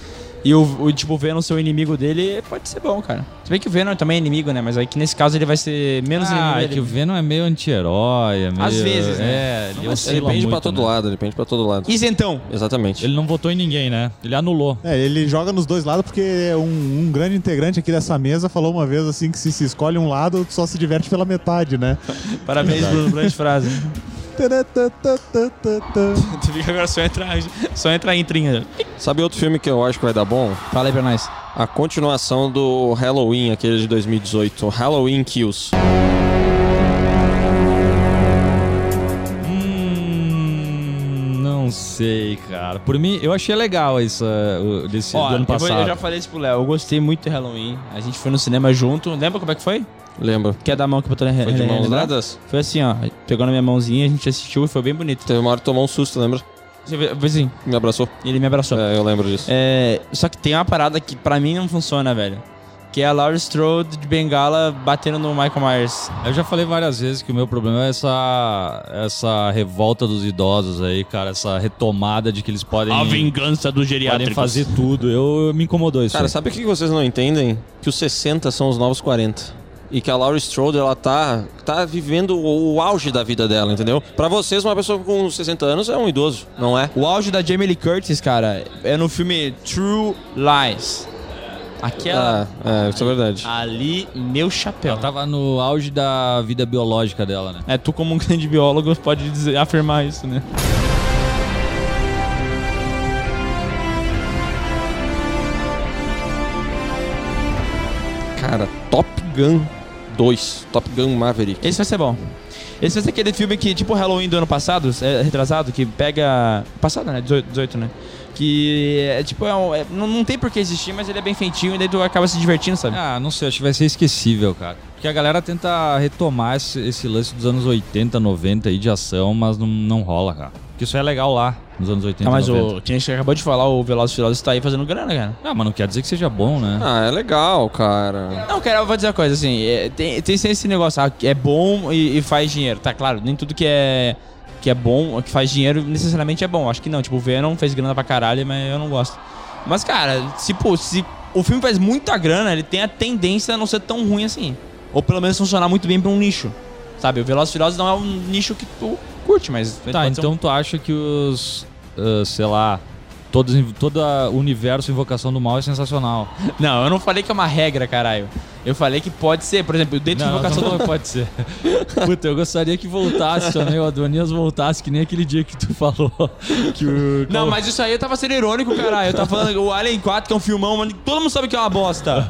E o, o tipo, o Venom ser o inimigo dele pode ser bom, cara. Se bem que o Venom também é inimigo, né? Mas aí que nesse caso ele vai ser menos
Ah, é
inimigo.
que o
Dele.
Venom é meio anti-herói, é meio...
Às vezes, né?
É, ele
Não vai ser,
oscila
depende pra
muito,
todo
né?
lado, depende pra todo lado.
Isentão.
Exatamente.
Ele não votou em ninguém, né? Ele anulou.
É, ele joga nos dois lados porque um, um grande integrante aqui dessa mesa falou uma vez assim que se, se escolhe um lado, só se diverte pela metade, né?
Parabéns, Bruno, grande frase.
Taratatatatatã.
tu fica agora só entra, só entra em trinha.
Sabe outro filme que eu acho que vai dar bom?
Fala aí pra nós.
A continuação do Halloween, aquele de 2018, Halloween Kills.
Hum, não sei, cara. Por mim, eu achei legal isso eh, o- desse
Ó,
do ano
eu, vou-
passado.
eu já falei isso pro Léo. Eu gostei muito do Halloween. A gente foi no cinema junto. Lembra como é que foi?
Lembra?
Quer dar a mão aqui pra tu re-
Foi de
É,
re-
mãos
relembrar?
dadas?
Foi assim, ó. Pegou na minha mãozinha, a gente assistiu e foi bem bonito.
Teve uma hora que tomou um susto, lembra?
Você vê- Foi assim,
Me abraçou.
ele me abraçou.
É, eu lembro disso.
É, só que tem uma parada que pra mim não funciona, velho. Que é a Laurie Strode de Bengala batendo no Michael Myers.
Eu já falei várias vezes que o meu problema é essa, essa revolta dos idosos aí, cara. Essa retomada de que eles podem,
vingança do
podem fazer tudo. Eu, me incomodou isso.
Cara,
aí.
sabe o que vocês não entendem? Que os 60 são os novos 40. E que a Laurie Strode, ela tá, tá vivendo o, o auge da vida dela, entendeu? Pra vocês, uma pessoa com 60 anos é um idoso, não é?
O auge da Jamie Lee Curtis, cara, é no filme True Lies. Aquela.
Ah, é, isso é verdade.
Ali, meu chapéu.
Ela tá tava no auge da vida biológica dela, né?
É, tu como um grande biólogo pode dizer- afirmar isso, né?
Cara, Top Gun 2. Top Gun Maverick.
Esse vai ser bom. Esse vai ser aquele filme que, tipo o Halloween do ano passado, é, retrasado, que pega. Passado, né? 18, 18, né? Que é tipo, é um- é- não, não tem por que existir, mas ele é bem feitinho e daí tu acaba se divertindo, sabe?
Ah, não sei, acho que vai ser esquecível, cara. Porque a galera tenta retomar esse, esse lance dos anos 80, 90 aí de ação, mas não, não rola, cara. Porque isso é legal lá, nos anos 80,
Ah, mas
90.
o que a gente acabou de falar, o Velozes e Furiosos tá aí fazendo grana, cara.
Ah, mas não quer dizer que seja bom, né?
Ah, é legal, cara.
Não, cara, eu vou dizer uma coisa, assim, é, tem, tem sempre esse negócio, ah, que é bom e, e faz dinheiro. Tá claro, nem tudo que é que é bom, que faz dinheiro, necessariamente é bom. Acho que não, tipo, o Venom fez grana pra caralho, mas eu não gosto. Mas, cara, se, pô, se o filme faz muita grana, ele tem a tendência a não ser tão ruim assim. Ou pelo menos funcionar muito bem pra um nicho. Sabe, o Velozes e Furiosos não é um nicho que tu curte, mas... ele
Tá,
pode ser um-
então tu acha que os. ah, sei lá. Todos, todo o universo Invocação do Mal é sensacional.
Não, eu não falei que é uma regra, caralho. Eu falei que pode ser, por exemplo, dentro de Invocação do...
pode ser. Puta, eu gostaria que voltasse também, o Adonias voltasse, que nem aquele dia que tu falou. Que o...
Não, mas isso aí eu tava sendo irônico, caralho. Eu tava falando o Alien 4, que é um filmão, mano. Todo mundo sabe que é uma bosta.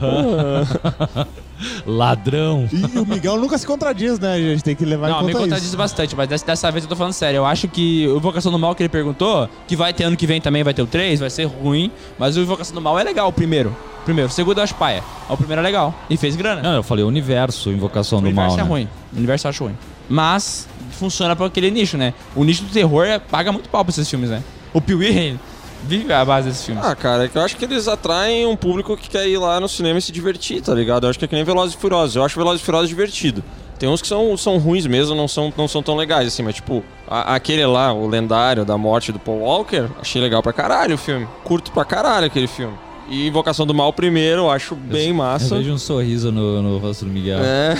Ladrão.
E o Miguel nunca se contradiz, né? A gente tem que levar
não,
em
me
conta
contradiz
isso.
bastante, mas dessa, dessa vez eu tô falando sério. Eu acho que o Invocação do Mal que ele perguntou, que vai ter ano que vem também, vai ter o 3, vai ser ruim. Mas o Invocação do Mal é legal, o primeiro. Primeiro. O segundo eu acho paia. O primeiro é legal. E fez grana.
Não, eu falei universo Invocação
o
do
universo
Mal.
é
né?
ruim. O universo eu acho ruim. Mas funciona pra aquele nicho, né? O nicho do terror é- paga muito pau pra esses filmes, né? O Piuí vive a base desses filmes.
Ah, cara, é que eu acho que eles atraem um público que quer ir lá no cinema e se divertir, tá ligado? Eu acho que é que nem Velozes e Furiosos. Eu acho Velozes e Furiosos divertido. Tem uns que são, são ruins mesmo, não são, não são tão legais, assim, mas tipo, a- aquele lá, o lendário da morte do Paul Walker, achei legal pra caralho o filme. Curto pra caralho aquele filme. E Invocação do Mal primeiro, eu acho bem massa.
Eu vejo um sorriso no, no rosto do Miguel.
É,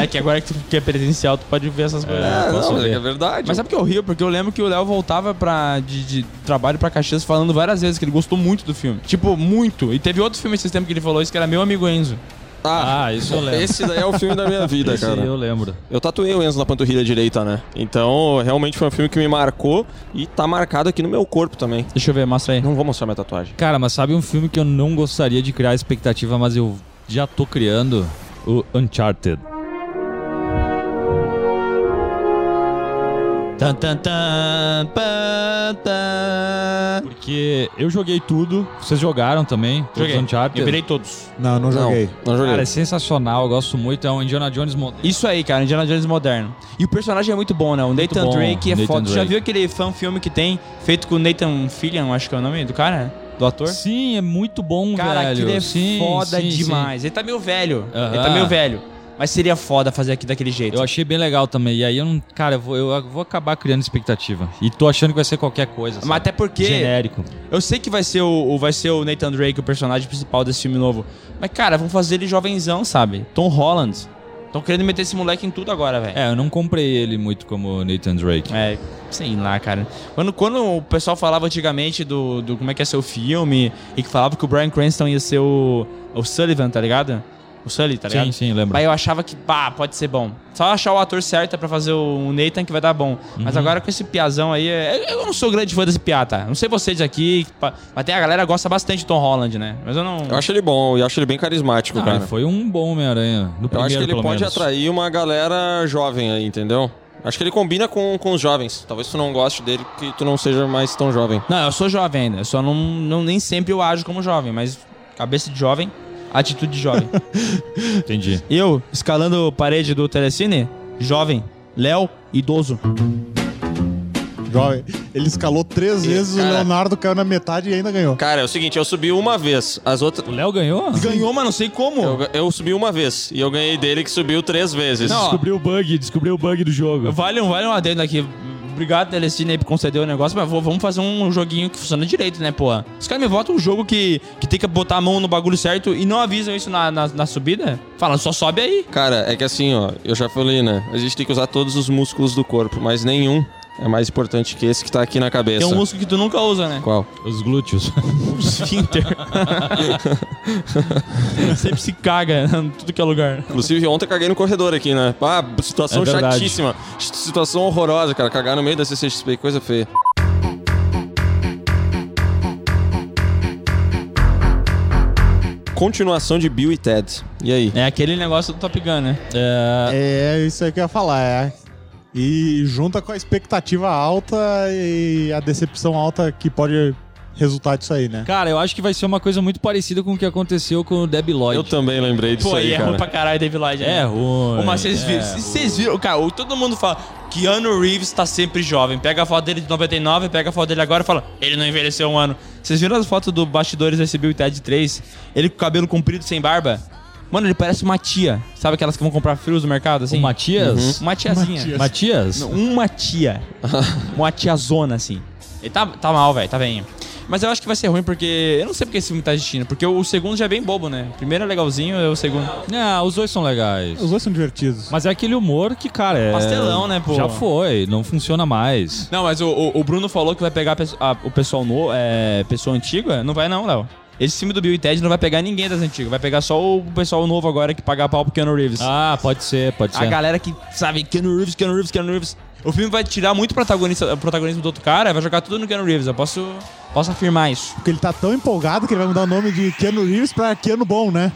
É que agora que, tu, que é presencial, tu pode ver essas coisas.
é,
posso
não, é
ver.
que é verdade.
Mas sabe que eu rio? Porque eu lembro que o Léo voltava pra, de, de trabalho pra Caxias falando várias vezes que ele gostou muito do filme. Tipo, muito. E teve outro filme esse tempo que ele falou isso, que era meu amigo Enzo.
Ah,
Ah, isso eu lembro.
esse daí é o filme da minha vida,
Esse
cara.
eu lembro.
Eu tatuei o Enzo na panturrilha direita, né? Então, realmente foi um filme que me marcou e tá marcado aqui no meu corpo também.
Deixa eu ver, mostra aí.
Não vou mostrar minha tatuagem.
Cara, mas sabe um filme que eu não gostaria de criar expectativa, mas eu já tô criando? O Uncharted.
Tan, tan, tan, pã, tan.
Porque eu joguei tudo, vocês jogaram também? todos
Joguei.
Uncharted.
Eu virei todos.
Não, não joguei.
Não, não joguei.
Cara, é sensacional, eu gosto muito. É um Indiana Jones moderno.
Isso aí, cara, Indiana Jones moderno. E o personagem é muito bom, né? O Nathan
bom,
Drake é
Nathan
foda. Tu já
Drake.
viu aquele fan filme que tem, feito com o Nathan Fillion, acho que é o nome do cara? Do ator?
Sim, é muito bom,
Cara,
velho.
aquilo é
Sim,
foda
sim, sim.
demais. Ele tá meio velho.
Aham.
Ele tá meio velho. Mas seria foda fazer aqui daquele jeito.
Eu achei bem legal também. E aí eu não. Cara, eu vou, eu vou acabar criando expectativa. E tô achando que vai ser qualquer coisa.
Mas
sabe?
até porque
Genérico.
eu sei que vai ser o, o- vai ser o Nathan Drake o personagem principal desse filme novo. Mas cara, vamos fazer ele jovenzão, sabe? Tom Holland. Tão querendo meter esse moleque em tudo agora, velho.
É, eu não comprei ele muito como Nathan Drake.
É, sei lá, cara. Quando, quando o pessoal falava antigamente do, do como é que ia ser o filme e que falava que o Brian Cranston ia ser o, o Sullivan, tá ligado? O Sully, tá ligado?
sim, sim, lembro.
Aí eu achava que, pá, pode ser bom. Só achar o ator certo é pra fazer o Nathan que vai dar bom. Mas agora com esse piazão aí, é- eu não sou grande fã desse piá, tá? Não sei vocês aqui, pá, mas tem a galera que gosta bastante de Tom Holland, né? Mas eu não...
Eu acho ele bom e acho ele bem carismático,
Ah,
cara.
ele foi um bom Homem-Aranha. No
Eu
primeiro,
acho que ele
pelo
pode
menos.
atrair uma galera jovem aí, entendeu? Acho que ele combina com, com os jovens. Talvez tu não goste dele porque tu não seja mais tão jovem.
Não, eu sou jovem ainda. Eu só não, não... Nem sempre eu ajo como jovem, mas cabeça de jovem, atitude de jovem.
Entendi.
eu, escalando parede do Telecine, jovem. Léo, idoso.
Jovem. Ele escalou três vezes,
cara.
o Leonardo caiu na metade e ainda ganhou.
Cara, é o seguinte, eu subi uma vez, as outras.
O Léo ganhou?
Ganhou, mas não sei como.
Eu, eu subi uma vez e eu ganhei dele que subiu três vezes.
Não,
Descobriu o bug, descobriu o bug do jogo.
Vale um, vale um adendo aqui. Obrigado, Telecine, aí, por conceder o negócio, mas vou- vamos fazer um joguinho que funciona direito, né, porra? Os caras me votam um jogo que, que tem que botar a mão no bagulho certo e não avisam isso na, na, na subida? Fala, só sobe aí.
Cara, é que assim, ó, eu já falei, né? A gente tem que usar todos os músculos do corpo, mas nenhum é mais importante que esse que tá aqui na cabeça.
Tem um músculo que tu nunca usa, né?
Qual?
Os glúteos.
Esfínter. Sempre se caga em tudo que é lugar.
Inclusive, ontem eu caguei no corredor aqui, né? Ah, situação
É verdade.
chatíssima. Situação horrorosa, cara. Cagar no meio da CCXP, coisa feia. Continuação de Bill e Ted. E aí?
É aquele negócio do Top Gun, né?
É,
É isso aí que eu ia falar, é. E junta com a expectativa alta e a decepção alta que pode resultar disso aí, né?
Cara, eu acho que vai ser uma coisa muito parecida com o que aconteceu com o Debbie Lloyd.
Eu também lembrei disso
Pô,
aí,
e é
cara.
ruim pra caralho, David Lloyd. né?
É ruim.
Mas vocês viram,
é.
vocês viram, cara, o- todo mundo fala que Keanu Reeves tá sempre jovem. Pega a foto dele de 99, pega a foto dele agora e fala, ele não envelheceu um ano. Vocês viram as fotos do bastidores desse Bill e Ted 3? Ele com o cabelo comprido, sem barba? Mano, ele parece uma tia. Sabe aquelas que vão comprar frios no mercado, assim?
O Matias?
Uma tiazinha.
Matias.
Matias?
Não, Uma tia. uma tiazona, assim. Ele tá, tá mal, velho, tá bem. Mas eu acho que vai ser ruim porque. Eu não sei porque esse filme tá assistindo. Porque o segundo já é bem bobo, né? O primeiro é legalzinho, é o segundo.
Não, Ah, os dois são legais.
Os dois são divertidos.
Mas é aquele humor que, cara, é...
Pastelão, né, pô?
Já foi, não funciona mais.
Não, mas o, o- o Bruno falou que vai pegar pesso- a- o pessoal novo, é, pessoa antiga. Não vai não, Léo. Esse filme do Bill e Ted não vai pegar ninguém das antigas. Vai pegar só o pessoal novo agora que paga pau pro Keanu Reeves.
Ah, pode ser, pode
a
ser.
galera que sabe Keanu Reeves, Keanu Reeves, Keanu Reeves. O filme vai tirar muito protagonista, protagonismo do outro cara, vai jogar tudo no Keanu Reeves. Eu posso, posso afirmar isso.
Porque ele tá tão empolgado que ele vai mudar o nome de Keanu Reeves pra Keanu Bom, né?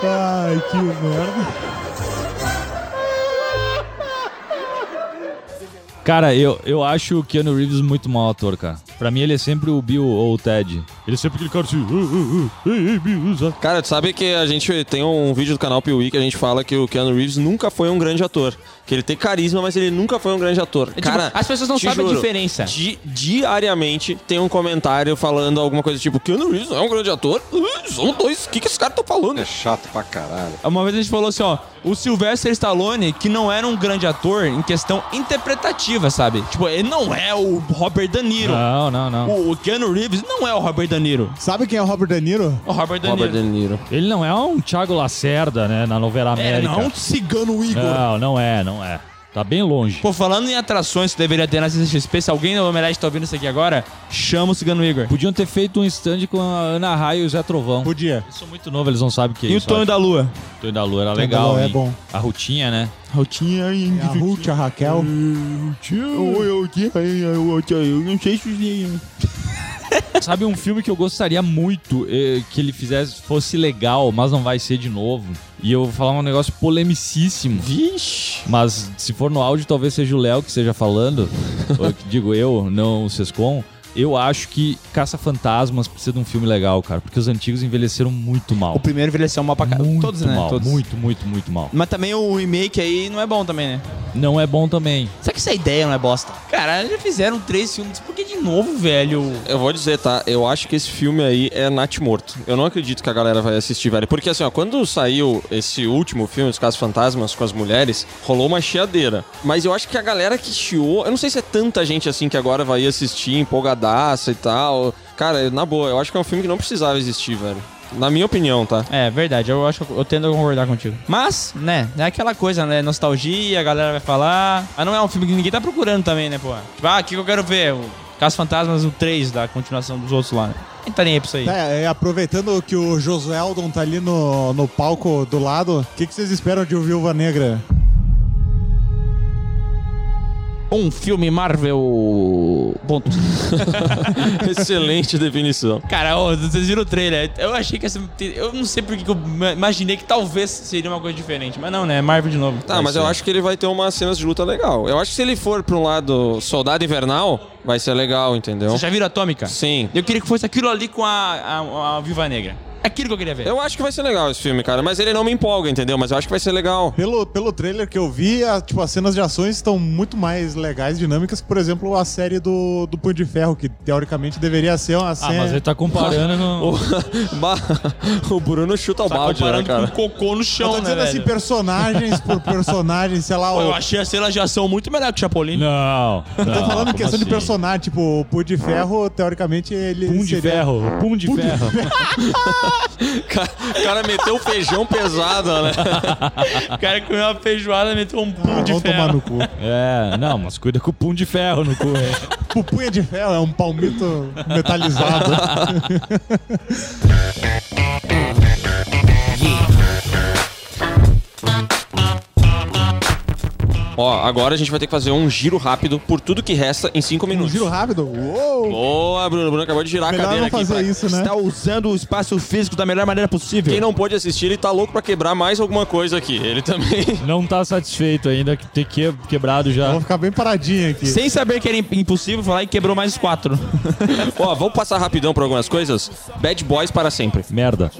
Ai, que merda.
Cara, eu, eu acho o Keanu Reeves muito mau ator, cara. Pra mim, ele é sempre o Bill ou o Ted. Ele é sempre aquele cara assim... "Ah, ah, ah, ei, ei, Bill, usa."
Cara, tu sabe que a gente tem um vídeo do canal Piuí que a gente fala que o Keanu Reeves nunca foi um grande ator. Que ele tem carisma, mas ele nunca foi um grande ator.
É, tipo,
Cara,
as pessoas não
te
sabem
juro,
a diferença.
di- diariamente tem um comentário falando alguma coisa tipo: Keanu Reeves não é um grande ator? Uh, São dois. O que, que esse cara tá falando?
Uma vez a gente falou assim, ó, o Sylvester Stallone, que não era um grande ator em questão interpretativa, sabe? Tipo, ele não é o Robert De Niro.
Não, não, não.
O, o Keanu Reeves não é o Robert De Niro.
Sabe quem é o Robert De Niro?
O Robert De
Robert
Niro.
De Niro.
Ele não é um Thiago Lacerda, né? Na novela
É,
América.
não é um cigano Igor.
Ah,
não, não é, não é. Tá bem longe.
Pô, falando em atrações que deveria ter na CCXP, se alguém da Homenagem tá ouvindo isso aqui agora, chama o Cigano Igor.
Podiam ter feito um stand com a Ana Raio e o Zé Trovão.
Podia.
Eles são muito novos, eles não sabem o que é
E o
isso.
Tonho da Lua?
acho. Tonho da Lua era legal,
é
hein?
bom.
A Rutinha, né?
Rotinha aí.
É a Ruth, a Raquel.
Eu não sei se...
Sabe um filme que eu gostaria muito eh, que ele fizesse, fosse legal, mas não vai ser de novo. E eu vou falar um negócio polemicíssimo.
Vixe.
Mas se for no áudio, talvez seja o Léo que esteja falando. ou que digo eu, não o Sescom. Eu acho que Caça-Fantasmas precisa de um filme legal, cara. Porque os antigos envelheceram muito
O
mal.
primeiro envelheceu mal pra caralho.
Muito
Todos, né?
mal,
Todos.
Muito, muito, muito mal.
Mas também o remake aí não é bom também, né?
Não é bom também.
Será que essa ideia não é bosta? Cara, já fizeram três filmes. Por que de novo, velho?
Eu vou dizer, tá? Eu acho que esse filme aí é Nath Morto. Eu não acredito que a galera vai assistir, velho. Porque assim, ó, quando saiu esse último filme, Os Casos Fantasmas com as mulheres, rolou uma chiadeira. Mas eu acho que a galera que chiou. Eu não sei se é tanta gente assim que agora vai assistir, empolgadaça e tal. Cara, na boa, eu acho que é um filme que não precisava existir, velho. Na minha opinião, tá?
É, verdade. Eu acho que eu tendo a concordar contigo. Mas, né? É aquela coisa, né? Nostalgia, a galera vai falar. Mas não é um filme que ninguém tá procurando também, né, pô? Tipo, ah, o que que eu quero ver? O Caso Fantasmas, o 3, da continuação dos outros lá, né? Quem tá nem aí pra isso aí?
É, é, aproveitando que o Josueldon tá ali no, no palco do lado, o que, que vocês esperam de um Viúva Negra?
Um filme Marvel... Ponto.
Excelente definição.
Cara, ô, vocês viram o trailer. Eu achei que essa. Eu não sei porque que eu ma- imaginei que talvez seria uma coisa diferente. Mas não, né? Marvel de novo.
Tá, mas eu acho que ele vai ter umas cenas de luta legal. Eu acho que se ele for pra um lado soldado invernal, vai ser legal, entendeu?
Vocês já viram Atômica?
Sim.
Eu queria que fosse aquilo ali com a, a, a Viva Negra. É Aquilo que eu queria ver.
Eu acho que vai ser legal esse filme, cara. Mas ele não me empolga, entendeu? Mas eu acho que vai ser legal.
Pelo, pelo trailer que eu vi, a- tipo, as cenas de ações estão muito mais legais, dinâmicas, que, por exemplo, a série do, do Punho de Ferro, que teoricamente deveria ser uma
Ah, mas ele
série.
tá comparando no...
O, Bah, o Bruno chuta o balde, né,
Comparando com
cara?
Um cocô no
eu
chão,
tô
né?
dizendo assim,
velho?
personagens por personagens, sei lá,
Pô, Eu
o,
achei a cena de ação muito melhor que o Chapolin.
Não. assim?
Eu tô tá falando em questão de
personagem.
personagem, tipo, o Punho de Ferro, teoricamente, ele
Pum de
seria-
ferro. Pum de ferro.
O cara meteu feijão pesado, né?
O cara comeu uma feijoada e meteu um
Ah,
pulo de
vão tomar
ferro.
no cu.
É, não, mas cuida com o pum de ferro no cu. é.
O Punho de Ferro é um palmito metalizado.
Ó, agora a gente vai ter que fazer um giro rápido por tudo que resta em 5
Um
minutos.
giro rápido? Uou!
Boa, Bruno. Bruno acabou de girar a
Melhor
cadeira
não
aqui.
fazer
pra-
isso, né?
Tá
Está usando o espaço físico da melhor maneira possível.
Quem não pôde assistir, ele tá louco pra quebrar mais alguma coisa aqui. Ele também.
Não tá satisfeito ainda que ter que- quebrado
Eu
já.
Vou ficar bem paradinho aqui.
Sem saber que era im- impossível, falar e quebrou mais quatro.
Ó, vamos passar rapidão por algumas coisas? Bad Boys para sempre.
Merda.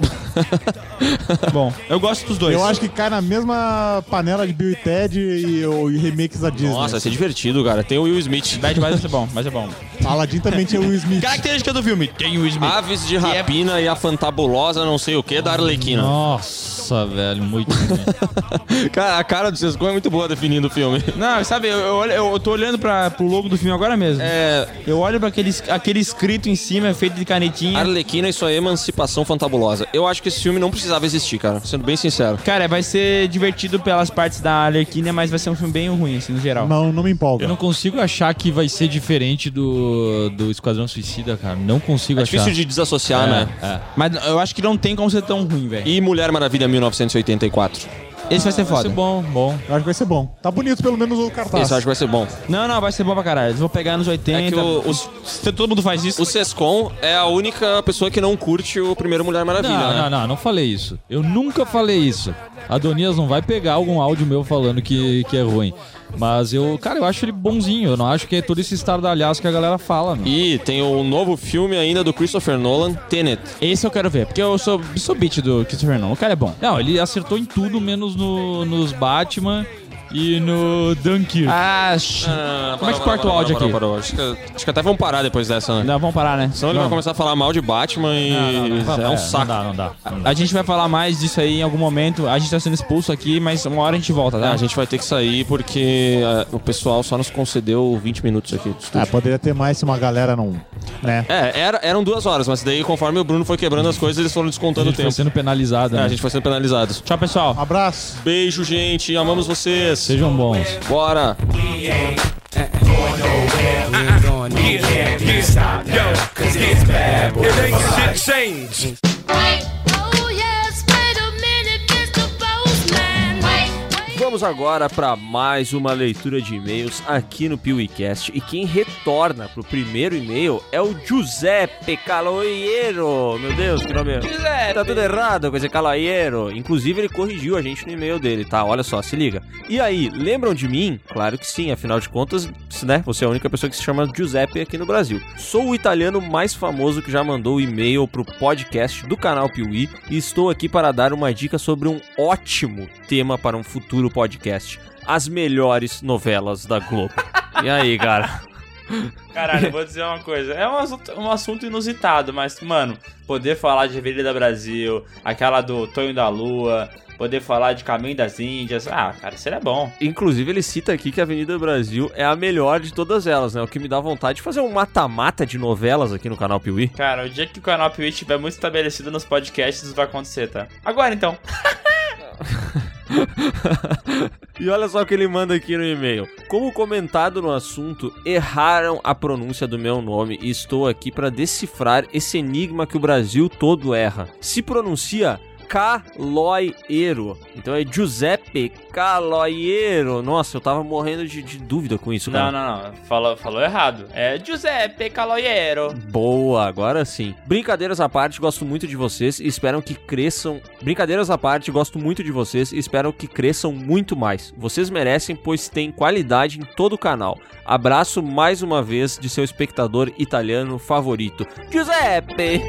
Bom, eu gosto dos dois.
Eu acho que cai na mesma panela de Bill e Ted e, o- e remakes da Disney.
Nossa, vai ser divertido, cara. Tem o Will Smith.
Bad Boys vai ser bom, mas é bom.
Aladdin também tinha o Will Smith.
Característica do filme: tem o Smith.
Aves
é
de rapina e a fantabulosa não sei o que da Arlequina.
Nossa, velho, muito. bem.
Cara, a cara do Sescon é muito boa definindo o filme.
Não, sabe, eu, eu, olho- eu tô olhando pra, pro logo do filme agora mesmo.
É,
Eu olho pra aquele, es- aquele escrito em cima, feito de canetinha.
Arlequina e sua emancipação fantabulosa. Eu acho que esse filme não precisava existir, cara. Sendo bem sincero. É
Cara, vai ser divertido pelas partes da Arlequina, mas vai ser um filme bem ruim, assim, no geral.
Não, não me empolga.
Eu não consigo achar que vai ser diferente do, do Esquadrão Suicida, cara. Não consigo
É
achar.
difícil de desassociar, né?
É, é.
Mas eu acho que não tem como ser tão ruim, velho.
E Mulher Maravilha 1984.
Esse vai ser
Vai ser
foda.
bom, bom.
Eu acho que vai ser bom. Tá bonito pelo menos o cartaz.
Esse eu acho que vai ser bom.
Não, não, vai ser bom pra caralho. Eles vão pegar nos 80.
É que o, os-
Se Todo mundo faz isso.
o Sescon é a única pessoa que não curte o primeiro Mulher Maravilha,
Não,
né?
não, não, não falei isso. Eu nunca falei isso. Adonias não vai pegar algum áudio meu falando que, que é ruim. Mas eu, cara, eu acho ele bonzinho. Eu não acho que é todo esse estardalhaço que a galera fala, meu.
E tem o novo filme ainda do Christopher Nolan, Tenet.
Esse eu quero ver, porque eu sou, sou beat do Christopher Nolan. O cara é bom.
Não, ele acertou em tudo, menos no, nos Batman e no Dunkirk.
Ah, sh... Como é que corta o áudio aqui?
Acho, que, acho que até vão parar depois dessa, né?
Não, vamos parar, né?
Senão ele vai
Vamos.
começar a falar mal de Batman e é um saco.
Não dá, não dá.
A gente vai falar mais disso aí em algum momento. A gente tá sendo expulso aqui, mas uma hora a gente volta,
É,
tá?
a gente vai ter que sair é, porque ah, o pessoal só nos concedeu 20 minutos aqui. do
Ah,
estúdio.
poderia ter mais se uma galera não né?
É, era- eram duas horas, mas daí conforme o Bruno foi quebrando as coisas, eles foram descontando o
Foi
tempo.
sendo penalizado,
É,
né?
a gente foi sendo penalizados.
Tchau, pessoal.
Um Abraço.
Beijo, gente. Amamos vocês.
Sejam bons.
Bora.
Yeah, yeah, stop, yo, cause it's bad boy. It ain't shit change.
Wait, oh yes, wait a minute, Mr. Postman. Wait, wait.
Vamos agora para mais uma leitura de e-mails aqui no PeeWeeCast. E quem retorna pro primeiro e-mail é o Giuseppe Caloiero. Meu Deus, que nome é? Giuseppe! Tá tudo errado com esse Caloiero. Inclusive, ele corrigiu a gente no e-mail dele, tá? Olha só, se liga. E aí, lembram de mim? Claro que sim, afinal de contas, né? Você é a única pessoa que se chama Giuseppe aqui no Brasil. Sou o italiano mais famoso que já mandou e-mail pro podcast do canal Piuí e estou aqui para dar uma dica sobre um ótimo tema para um futuro podcast: as melhores novelas da Globo. E aí, cara?
Caralho, eu vou dizer uma coisa. É um assunto, um assunto inusitado, mas, mano, poder falar de Avenida Brasil, aquela do Tonho da Lua, poder falar de Caminho das Índias. Ah, cara, isso era bom.
Inclusive, ele cita aqui que a Avenida Brasil é a melhor de todas elas, né? O que me dá vontade de fazer um mata-mata de novelas aqui no canal Piuí.
Cara, o dia que o canal Piuí estiver muito estabelecido nos podcasts, isso vai acontecer, tá? Agora então.
E olha só o que ele manda aqui no e-mail. Como comentado no assunto, erraram a pronúncia do meu nome e estou aqui para decifrar esse enigma que o Brasil todo erra. Se pronuncia Caloiero. Então é Giuseppe Caloiero. Nossa, eu tava morrendo de, de dúvida com isso, cara.
Não, não, não. Falou, falou errado. É Giuseppe Caloiero.
Boa, agora sim. Brincadeiras à parte, gosto muito de vocês e espero que cresçam. Brincadeiras à parte, gosto muito de vocês e espero que cresçam muito mais. Vocês merecem, pois têm qualidade em todo o canal. Abraço mais uma vez de seu espectador italiano favorito, Giuseppe!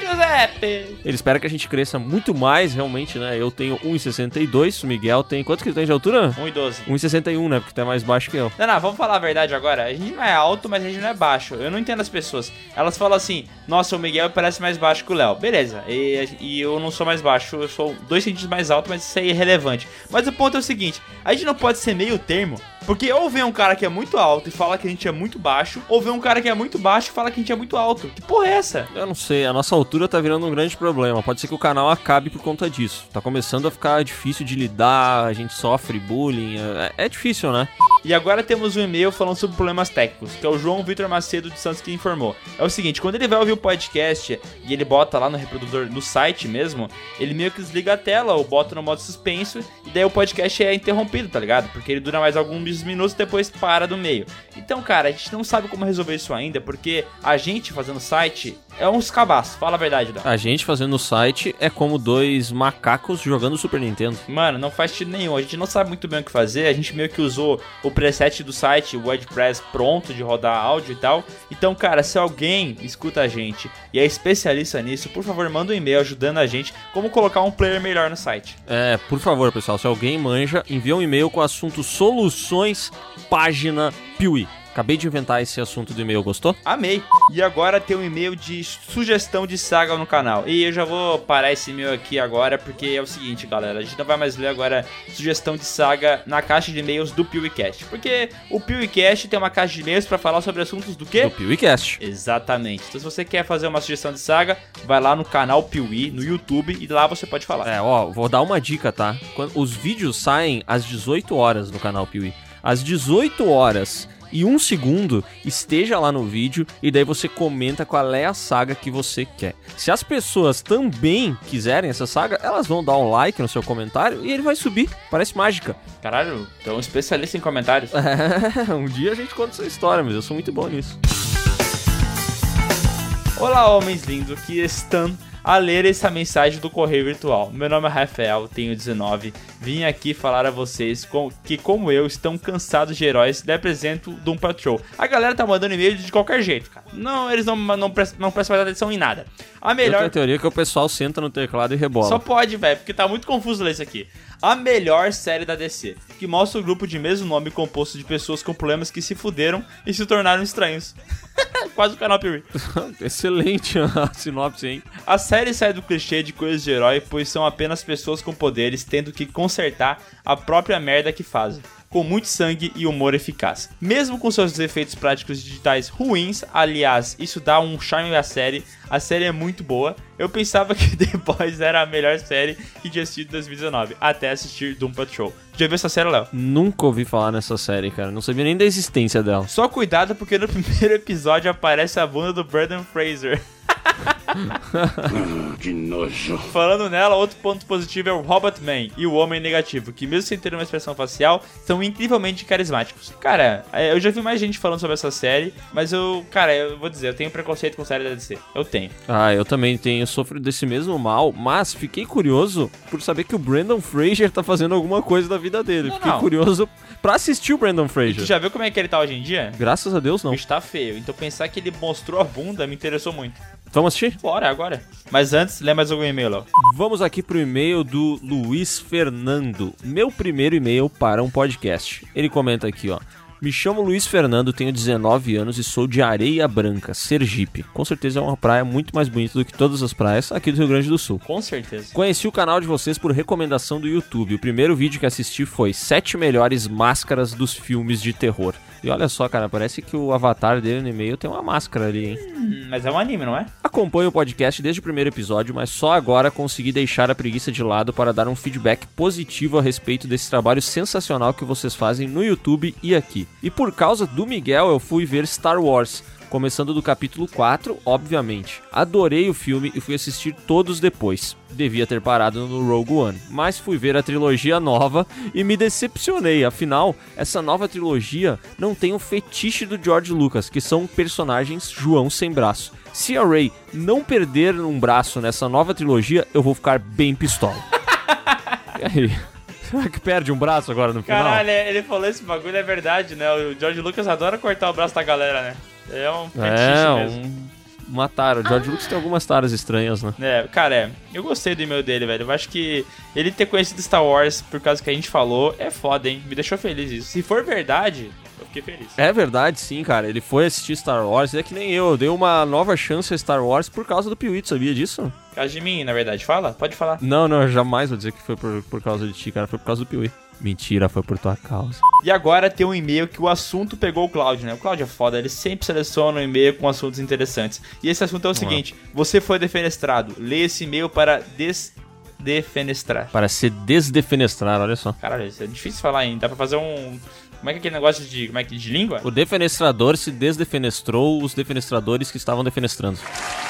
Giuseppe.
Ele espera que a gente cresça muito mais, realmente, né? Eu tenho 1,62, o Miguel tem. Quanto que ele tem de altura?
1,12.
1,61, né? Porque tá mais baixo que eu.
Não, não, vamos falar a verdade agora. A gente não é alto, mas a gente não é baixo. Eu não entendo as pessoas. Elas falam assim: Nossa, o Miguel parece mais baixo que o Léo. Beleza, e, e eu não sou mais baixo, eu sou dois centímetros mais alto, mas isso aí é irrelevante. Mas o ponto é o seguinte: a gente não pode ser meio termo, porque ou vem um cara que é muito alto e fala que a gente é muito baixo, ou vem um cara que é muito baixo e fala que a gente é muito alto. Que porra é essa?
Eu não sei, a nossa altura tá virando um grande problema. Pode ser que o canal acabe por conta disso. Tá começando a ficar difícil de lidar, a gente sofre bullying. É, é difícil, né?
E agora temos um e-mail falando sobre problemas técnicos, que é o João Vitor Macedo de Santos que informou. É o seguinte, quando ele vai ouvir o podcast e ele bota lá no reprodutor no site mesmo, ele meio que desliga a tela ou bota no modo suspenso e daí o podcast é interrompido, tá ligado? Porque ele dura mais alguns minutos depois para do meio. Então, cara, a gente não sabe como resolver isso ainda, porque a gente fazendo site é uns cabaços, fala a verdade, Dan.
A gente fazendo o site é como dois macacos jogando Super Nintendo.
Mano, não faz sentido nenhum. A gente não sabe muito bem o que fazer. A gente meio que usou o preset do site, o WordPress pronto de rodar áudio e tal. Então, cara, se alguém escuta a gente e é especialista nisso, por favor, manda um e-mail ajudando a gente como colocar um player melhor no site.
É, por favor, pessoal, se alguém manja, envia um e-mail com o assunto Soluções Página Piuí. Acabei de inventar esse assunto do e-mail, gostou?
Amei. E agora tem um e-mail de sugestão de saga no canal. E eu já vou parar esse e-mail aqui agora, porque é o seguinte, galera. A gente não vai mais ler agora sugestão de saga na caixa de e-mails do PewCast. Porque o PewCast tem uma caixa de e-mails pra falar sobre assuntos do quê?
Do PiuíCast.
Exatamente. Então, se você quer fazer uma sugestão de saga, vai lá no canal Piuí, no YouTube, e lá você pode falar.
É, ó, vou dar uma dica, tá? Quando- os vídeos saem às 18 horas no canal Piuí. Às 18 horas e um segundo, esteja lá no vídeo e daí você comenta qual é a saga que você quer. Se as pessoas também quiserem essa saga, elas vão dar um like no seu comentário e ele vai subir. Parece mágica.
Caralho, então um especialista em comentários.
um dia a gente conta essa história, mas eu sou muito bom nisso.
Olá, homens lindos que estão a ler essa mensagem do correio virtual. Meu nome é Rafael, tenho 19. Vim aqui falar a vocês com- que, como eu, estão cansados de heróis e apresento Doom Patrol. A galera tá mandando e-mail de qualquer jeito, cara. Não, eles não, não, prestam- não prestam mais atenção em nada. A
Eu tenho a
melhor.
teoria que o pessoal senta no teclado e rebola.
Só pode, velho, porque tá muito confuso ler isso aqui. A melhor série da DC, que mostra o grupo de mesmo nome composto de pessoas com problemas que se fuderam e se tornaram estranhos. Quase o canal Piuí.
Excelente a sinopse, hein?
A série sai do clichê de coisas de herói, pois são apenas pessoas com poderes tendo que consertar a própria merda que fazem. com muito sangue e humor eficaz. Mesmo com seus efeitos práticos digitais ruins, aliás, isso dá um charme à série. A série é muito boa. Eu pensava que The Boys era a melhor série que tinha sido em 2019, até assistir Doom Patrol. Já viu essa série, Léo?
Nunca ouvi falar nessa série, cara. Não sabia nem da existência dela.
Só cuidado porque no primeiro episódio aparece a bunda do Brandon Fraser.
Que nojo.
Falando nela, outro ponto positivo é o Robot Man e o Homem Negativo, que mesmo sem ter uma expressão facial, são incrivelmente carismáticos. Cara, é, eu já vi mais gente falando sobre essa série, mas eu, cara, eu vou dizer, eu tenho preconceito com série da DC. Eu tenho.
Ah, eu também tenho sofrido desse mesmo mal, mas fiquei curioso por saber que o Brandon Fraser tá fazendo alguma coisa da vida dele.
Não,
fiquei
não.
curioso pra assistir o Brandon
E tu
Fraser.
já viu como é que ele tá hoje em dia?
Graças a Deus,
O
não.
bicho tá feio, então pensar que ele mostrou a bunda me interessou muito.
Vamos assistir?
Bora, agora. Mas antes, lê mais algum e-mail, Léo.
Vamos aqui pro e-mail do Luiz Fernando. Meu primeiro e-mail para um podcast. Ele comenta aqui, ó. Me chamo Luiz Fernando, tenho 19 anos e sou de Areia Branca, Sergipe. Com certeza é uma praia muito mais bonita do que todas as praias aqui do Rio Grande do Sul.
Com certeza.
Conheci o canal de vocês por recomendação do YouTube. O primeiro vídeo que assisti foi 7 melhores máscaras dos filmes de terror. E olha só, cara, parece que o avatar dele no e-mail tem uma máscara ali, hein?
Hum, Mas é um anime, não é?
Acompanho o podcast desde o primeiro episódio, mas só agora consegui deixar a preguiça de lado para dar um feedback positivo a respeito desse trabalho sensacional que vocês fazem no YouTube e aqui. E por causa do Miguel, eu fui ver Star Wars. Começando do capítulo 4, obviamente. Adorei o filme e fui assistir todos depois. Devia ter parado no Rogue One, mas fui ver a trilogia nova e me decepcionei. Afinal, essa nova trilogia não tem o fetiche do George Lucas, que são personagens João sem braço. Se a Ray não perder um braço nessa nova trilogia, eu vou ficar bem pistola. e aí? Será que perde um braço agora no final?
Caralho, ele falou esse bagulho, é verdade, né? O George Lucas adora cortar o braço da galera, né? É um fetiche
é,
mesmo.
um, uma tara. O George Lucas tem algumas taras estranhas, né?
É, cara, é, eu gostei do e-mail dele, velho. Eu acho que ele ter conhecido Star Wars por causa que a gente falou é foda, hein? Me deixou feliz isso. Se for verdade, eu fiquei feliz.
É verdade, sim, cara. Ele foi assistir Star Wars, é que nem eu. Deu uma nova chance a Star Wars por causa do Piuí, sabia disso?
Por causa de mim, na verdade. Fala? Pode falar.
Não, não, eu jamais vou dizer que foi por, por causa de ti, cara. Foi por causa do Piuí. Mentira, foi por tua causa.
E agora tem um e-mail que o assunto pegou o Claudio, né? O Claudio é foda, ele sempre seleciona um e-mail com assuntos interessantes. E esse assunto é o seguinte: você foi defenestrado. Lê esse e-mail para desdefenestrar.
Para se desdefenestrar, olha só.
Caralho, isso é difícil falar, hein? Dá pra fazer um. Como é que é aquele negócio de. Como é que de língua?
O defenestrador se desdefenestrou os defenestradores que estavam defenestrando.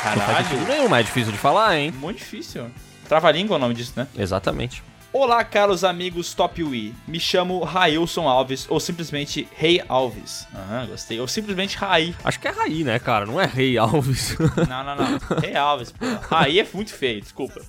Caralho.
Nenhum mais difícil de falar, hein?
Muito difícil. Trava-língua é o nome disso, né?
Exatamente.
Olá, caros amigos Top Wii. Me chamo Railson Alves, ou simplesmente Rei Alves. Aham, gostei. Ou simplesmente Rai.
Acho que é Raí, né, cara? Não é Rei Alves.
Não, não, não. Rei Alves, pô. Rai é muito feio, desculpa.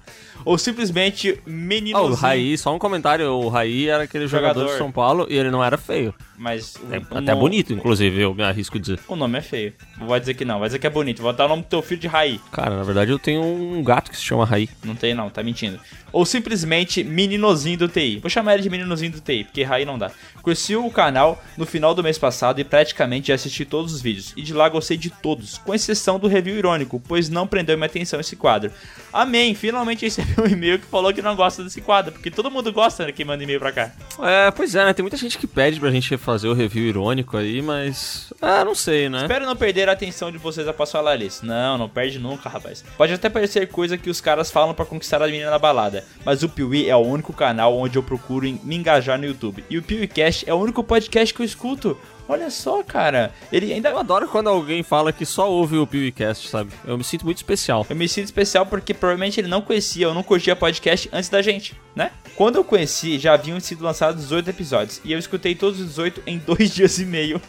Ou simplesmente Menino.
Ah, o Raí, só um comentário. O Raí era aquele jogador,
Jogador.
de São Paulo e ele não era feio.
Mas o,
É
o
até
no-
bonito, inclusive, eu me arrisco a dizer.
O nome é feio. Não Vai dizer que não, vai dizer que é bonito. Vou botar o nome do teu filho de Rai.
Cara, na verdade eu tenho um gato que se chama Raí.
Não tem não, tá mentindo. Ou simplesmente meninozinho do TI. Vou chamar ele de meninozinho do TI, porque Raí não dá. Conheci o canal no final do mês passado e praticamente já assisti todos os vídeos. E de lá gostei de todos, com exceção do review irônico, pois não prendeu minha atenção esse quadro. Amém, finalmente recebi um e-mail que falou que não gosta desse quadro, porque todo mundo gosta né, que manda e-mail pra cá.
É, pois é, né? Tem muita gente que pede pra gente refazer o review irônico aí, mas. Ah, não sei, né?
Espero não perder a atenção de vocês após falar isso. Não, não perde nunca, rapaz. Pode até parecer coisa que os caras falam pra conquistar a menina na balada, mas o Piuí é o único canal onde eu procuro em- me engajar no YouTube. E o Piuícast é o único podcast que eu escuto. Olha só, cara. Ele ainda
Eu adoro quando alguém fala que só ouve o PewCast, sabe? Eu me sinto muito especial.
Eu me sinto especial porque provavelmente ele não conhecia, eu não curtia podcast antes da gente, né? Quando eu conheci, já haviam sido lançados 18 episódios. E eu escutei todos os 18 em dois dias e meio.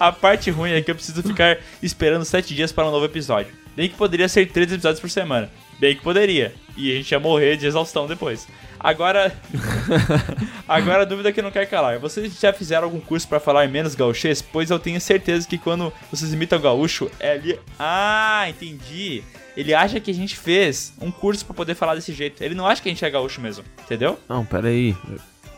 A parte ruim é que eu preciso ficar esperando 7 dias para um novo episódio. Bem que poderia ser 3 episódios por semana. Bem que poderia. E a gente ia morrer de exaustão depois. Agora. Agora a dúvida é que não quer calar. Vocês já fizeram algum curso pra falar menos gauchês? Pois eu tenho certeza que quando vocês imitam gaúcho, é ali. Ah, entendi. Ele acha que a gente fez um curso pra poder falar desse jeito. Ele não acha que a gente é gaúcho mesmo, entendeu?
Não, peraí.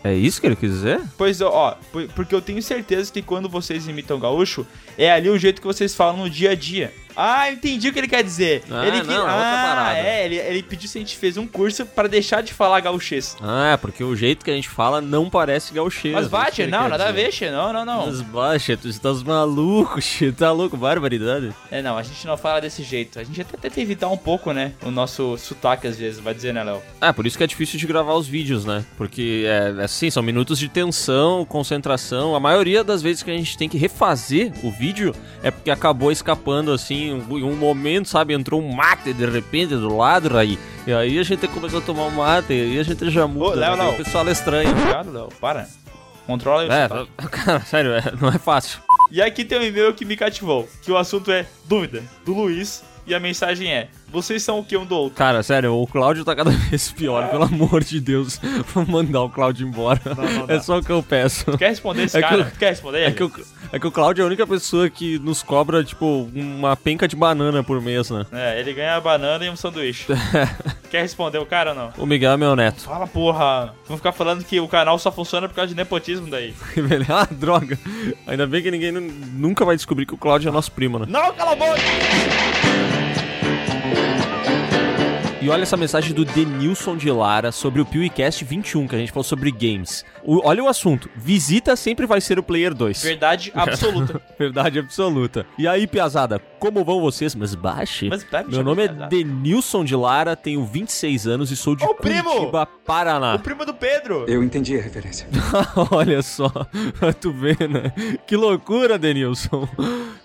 É isso que ele quis dizer?
Pois ó, ó, por- porque eu tenho certeza que quando vocês imitam gaúcho, é ali o jeito que vocês falam no dia a dia. Ah, entendi o que ele quer dizer.
Ah,
ele que-
não, é outra
Ah,
parada.
é, ele, ele pediu se a gente fez um curso pra deixar de falar gauchês.
Ah, é, porque o jeito que a gente fala não parece gaucheiro.
Mas
é isso que
Vater,
ele
não,
quer
nada a
dizer.
ver, che, não, não, não.
Mas baixa, tu estás maluco, che, tá louco, barbaridade.
É, não, a gente não fala desse jeito. A gente até tenta evitar um pouco, né? O nosso sotaque às vezes, vai dizer, né, Léo?
É, por isso que é difícil de gravar os vídeos, né? Porque, é, assim, são minutos de tensão, concentração. A maioria das vezes que a gente tem que refazer o vídeo é porque acabou escapando, assim, um- em um momento, sabe? Entrou um mate de repente do lado aí. E aí a gente começou a tomar um mate, e aí a gente já muda.
Léo,
né? Daí
Léo.
O pessoal é estranho.
Obrigado, Léo. Para. Controla aí o
É,
sotaque.
cara, sério, é, não é fácil.
E aqui tem um e-mail que me cativou, que o assunto é dúvida, do Luiz, e a mensagem é: Vocês são o que um do outro?
Cara, sério, o Cláudio tá cada vez pior, pelo amor de Deus. Vou mandar o Cláudio embora. É só o que eu peço.
Tu quer responder esse
É que
cara?
eu-
Tu quer responder
É
ele?
que, o, é que o Cláudio é a única pessoa que nos cobra, tipo, uma penca de banana por mês, né?
É, ele ganha a banana e um sanduíche. quer responder o cara ou não?
O Miguel é meu neto.
Fala, porra! Vão ficar falando que o canal só funciona por causa de nepotismo daí.
Ele- ah, droga. Ainda bem que ninguém nu- nunca vai descobrir que o Cláudio é nosso primo, né?
Não, cala a boca!
E olha essa mensagem do Denilson de Lara sobre o PewCast 21, que a gente falou sobre games. O- olha o assunto. Visita sempre vai ser o Player 2.
Verdade absoluta.
Verdade absoluta. E aí, Piazada, como vão vocês? Mas baixe.
Mas tá, me
Meu
chama
nome é
de casado.
Denilson de Lara, tenho 26 anos e sou de
Ô, primo!
Curitiba, Paraná.
O primo do Pedro!
Eu entendi a referência.
Olha só, tu vê, né? Que loucura, Denilson.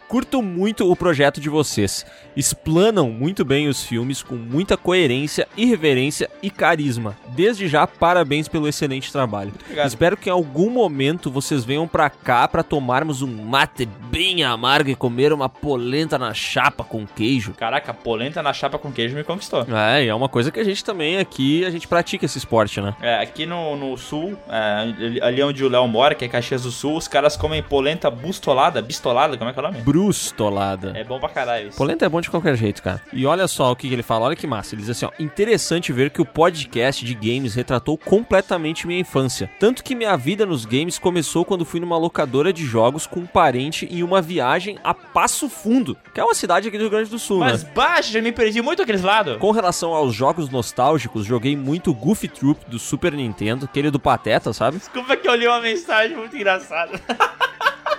Curto muito o projeto de vocês. Explanam muito bem os filmes com muita coerência, irreverência e carisma. Desde já, parabéns pelo excelente trabalho.
obrigado.
Espero que em algum momento vocês venham pra cá pra tomarmos um mate bem amargo e comer uma polenta na chapa com queijo.
Caraca, polenta na chapa com queijo me conquistou.
É, e é uma coisa que a gente também aqui, a gente pratica esse esporte, né?
É, aqui no, no sul, é, ali onde o Léo mora, que é Caxias do Sul, os caras comem polenta bustolada, bistolada, como é que é o nome?
Brustolada.
É bom pra caralho isso.
Polenta é bom de qualquer jeito, cara. E olha só o que que ele fala, olha que massa. Ele diz assim, ó, interessante ver que o podcast de games retratou completamente minha infância. Tanto que minha vida nos games começou quando fui numa locadora de jogos com um parente em uma viagem a Passo Fundo, que é uma cidade aqui do Rio Grande do Sul,
Mas
né?
baixa, já me perdi muito aqueles lados.
Com relação aos jogos nostálgicos, joguei muito Goofy Troop do Super Nintendo, aquele do Pateta, sabe?
Desculpa que eu li uma mensagem muito engraçada.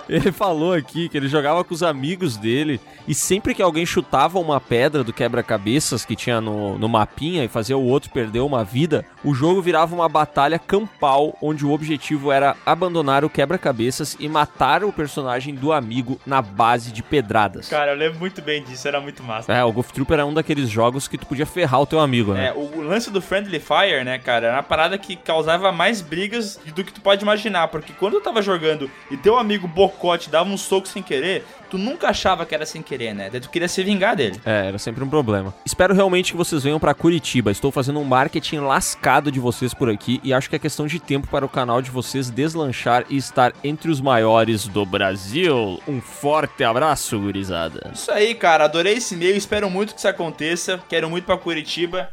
Ele falou aqui que ele jogava com os amigos dele e sempre que alguém chutava uma pedra do quebra-cabeças que tinha no, no mapinha e fazia o outro perder uma vida, o jogo virava uma batalha campal onde o objetivo era abandonar o quebra-cabeças e matar o personagem do amigo na base de pedradas.
Cara, eu lembro muito bem disso, era muito massa.
É, o Golf Trooper era um daqueles jogos que tu podia ferrar o teu amigo, né?
É, o o lance do Friendly Fire, né, cara, era uma parada que causava mais brigas do que tu pode imaginar, porque quando eu tava jogando e teu amigo Bocote dava um soco sem querer, tu nunca achava que era sem querer, né? Daí tu queria se vingar dele.
É, era sempre um problema. Espero realmente que vocês venham pra Curitiba. Estou fazendo um marketing lascado de vocês por aqui e acho que é questão de tempo para o canal de vocês deslanchar e estar entre os maiores do Brasil. Um forte abraço, gurizada.
É Isso aí, cara, adorei esse e-mail, espero muito que isso aconteça, quero muito pra Curitiba.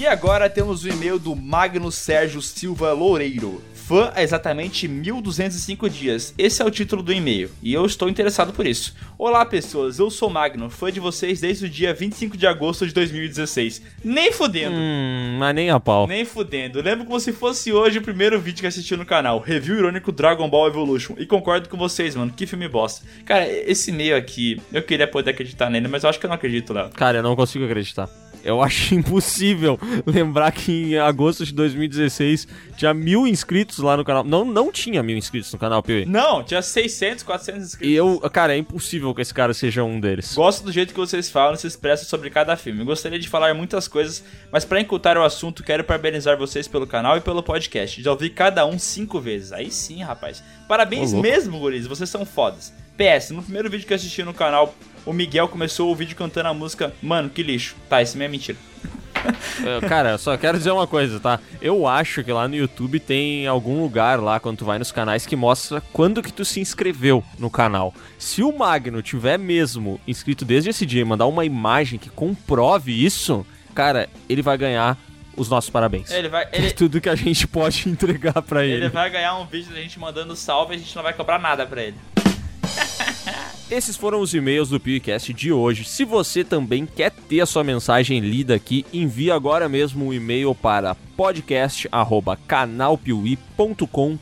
E agora temos o e-mail do Magno Sérgio Silva Loureiro. Fã há exatamente 1205 dias. Esse é o título do e-mail e eu estou interessado por isso. Olá, pessoas. Eu sou o Magno, fã de vocês desde o dia 25 de agosto de 2016. Nem fudendo.
Hum, mas nem a pau.
Nem fudendo. Lembro como se fosse hoje o primeiro vídeo que assisti no canal. Review irônico Dragon Ball Evolution. E concordo com vocês, mano. Que filme bosta. Cara, esse meio aqui, eu queria poder acreditar nele, mas eu acho que eu não acredito, Léo.
Cara, eu não consigo acreditar. Eu acho impossível lembrar que em agosto de 2016 tinha mil inscritos lá no canal. Não, não tinha mil inscritos no canal, Piuí.
Não, tinha 600, 400 inscritos.
E eu, cara, é impossível que esse cara seja um deles.
Gosto do jeito que vocês falam e se expressam sobre cada filme. Gostaria de falar muitas coisas, mas pra encurtar o assunto, quero parabenizar vocês pelo canal e pelo podcast. Já ouvi cada um cinco vezes. Aí sim, rapaz. Parabéns
Ô, louco.
mesmo, guris. Vocês são fodas. PS, no primeiro vídeo que eu assisti no canal, o Miguel começou o vídeo cantando a música Mano, que lixo. Tá, esse meio é mentira.
É, Cara, só quero dizer uma coisa, tá? Eu acho que lá no YouTube tem algum lugar lá, quando tu vai nos canais, que mostra quando que tu se inscreveu no canal. Se o Magno tiver mesmo inscrito desde esse dia e mandar uma imagem que comprove isso, cara, ele vai ganhar os nossos parabéns.
Ele vai, ele,
Tudo que a gente pode entregar pra
ele
ele.
vai ganhar um vídeo da gente mandando salve e a gente não vai cobrar nada pra ele.
Esses foram os e-mails do PewCast de hoje. Se você também quer ter a sua mensagem lida aqui, envie agora mesmo um e-mail para podcast@canalpiuí.com.br.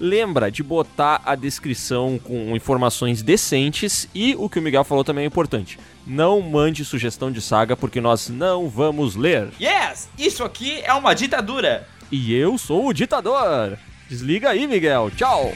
Lembra de botar a descrição com informações decentes e o que o Miguel falou também é importante. Não mande sugestão de saga porque nós não vamos ler.
Yes! Isso aqui é uma ditadura!
E eu sou o ditador. Desliga aí, Miguel. Tchau.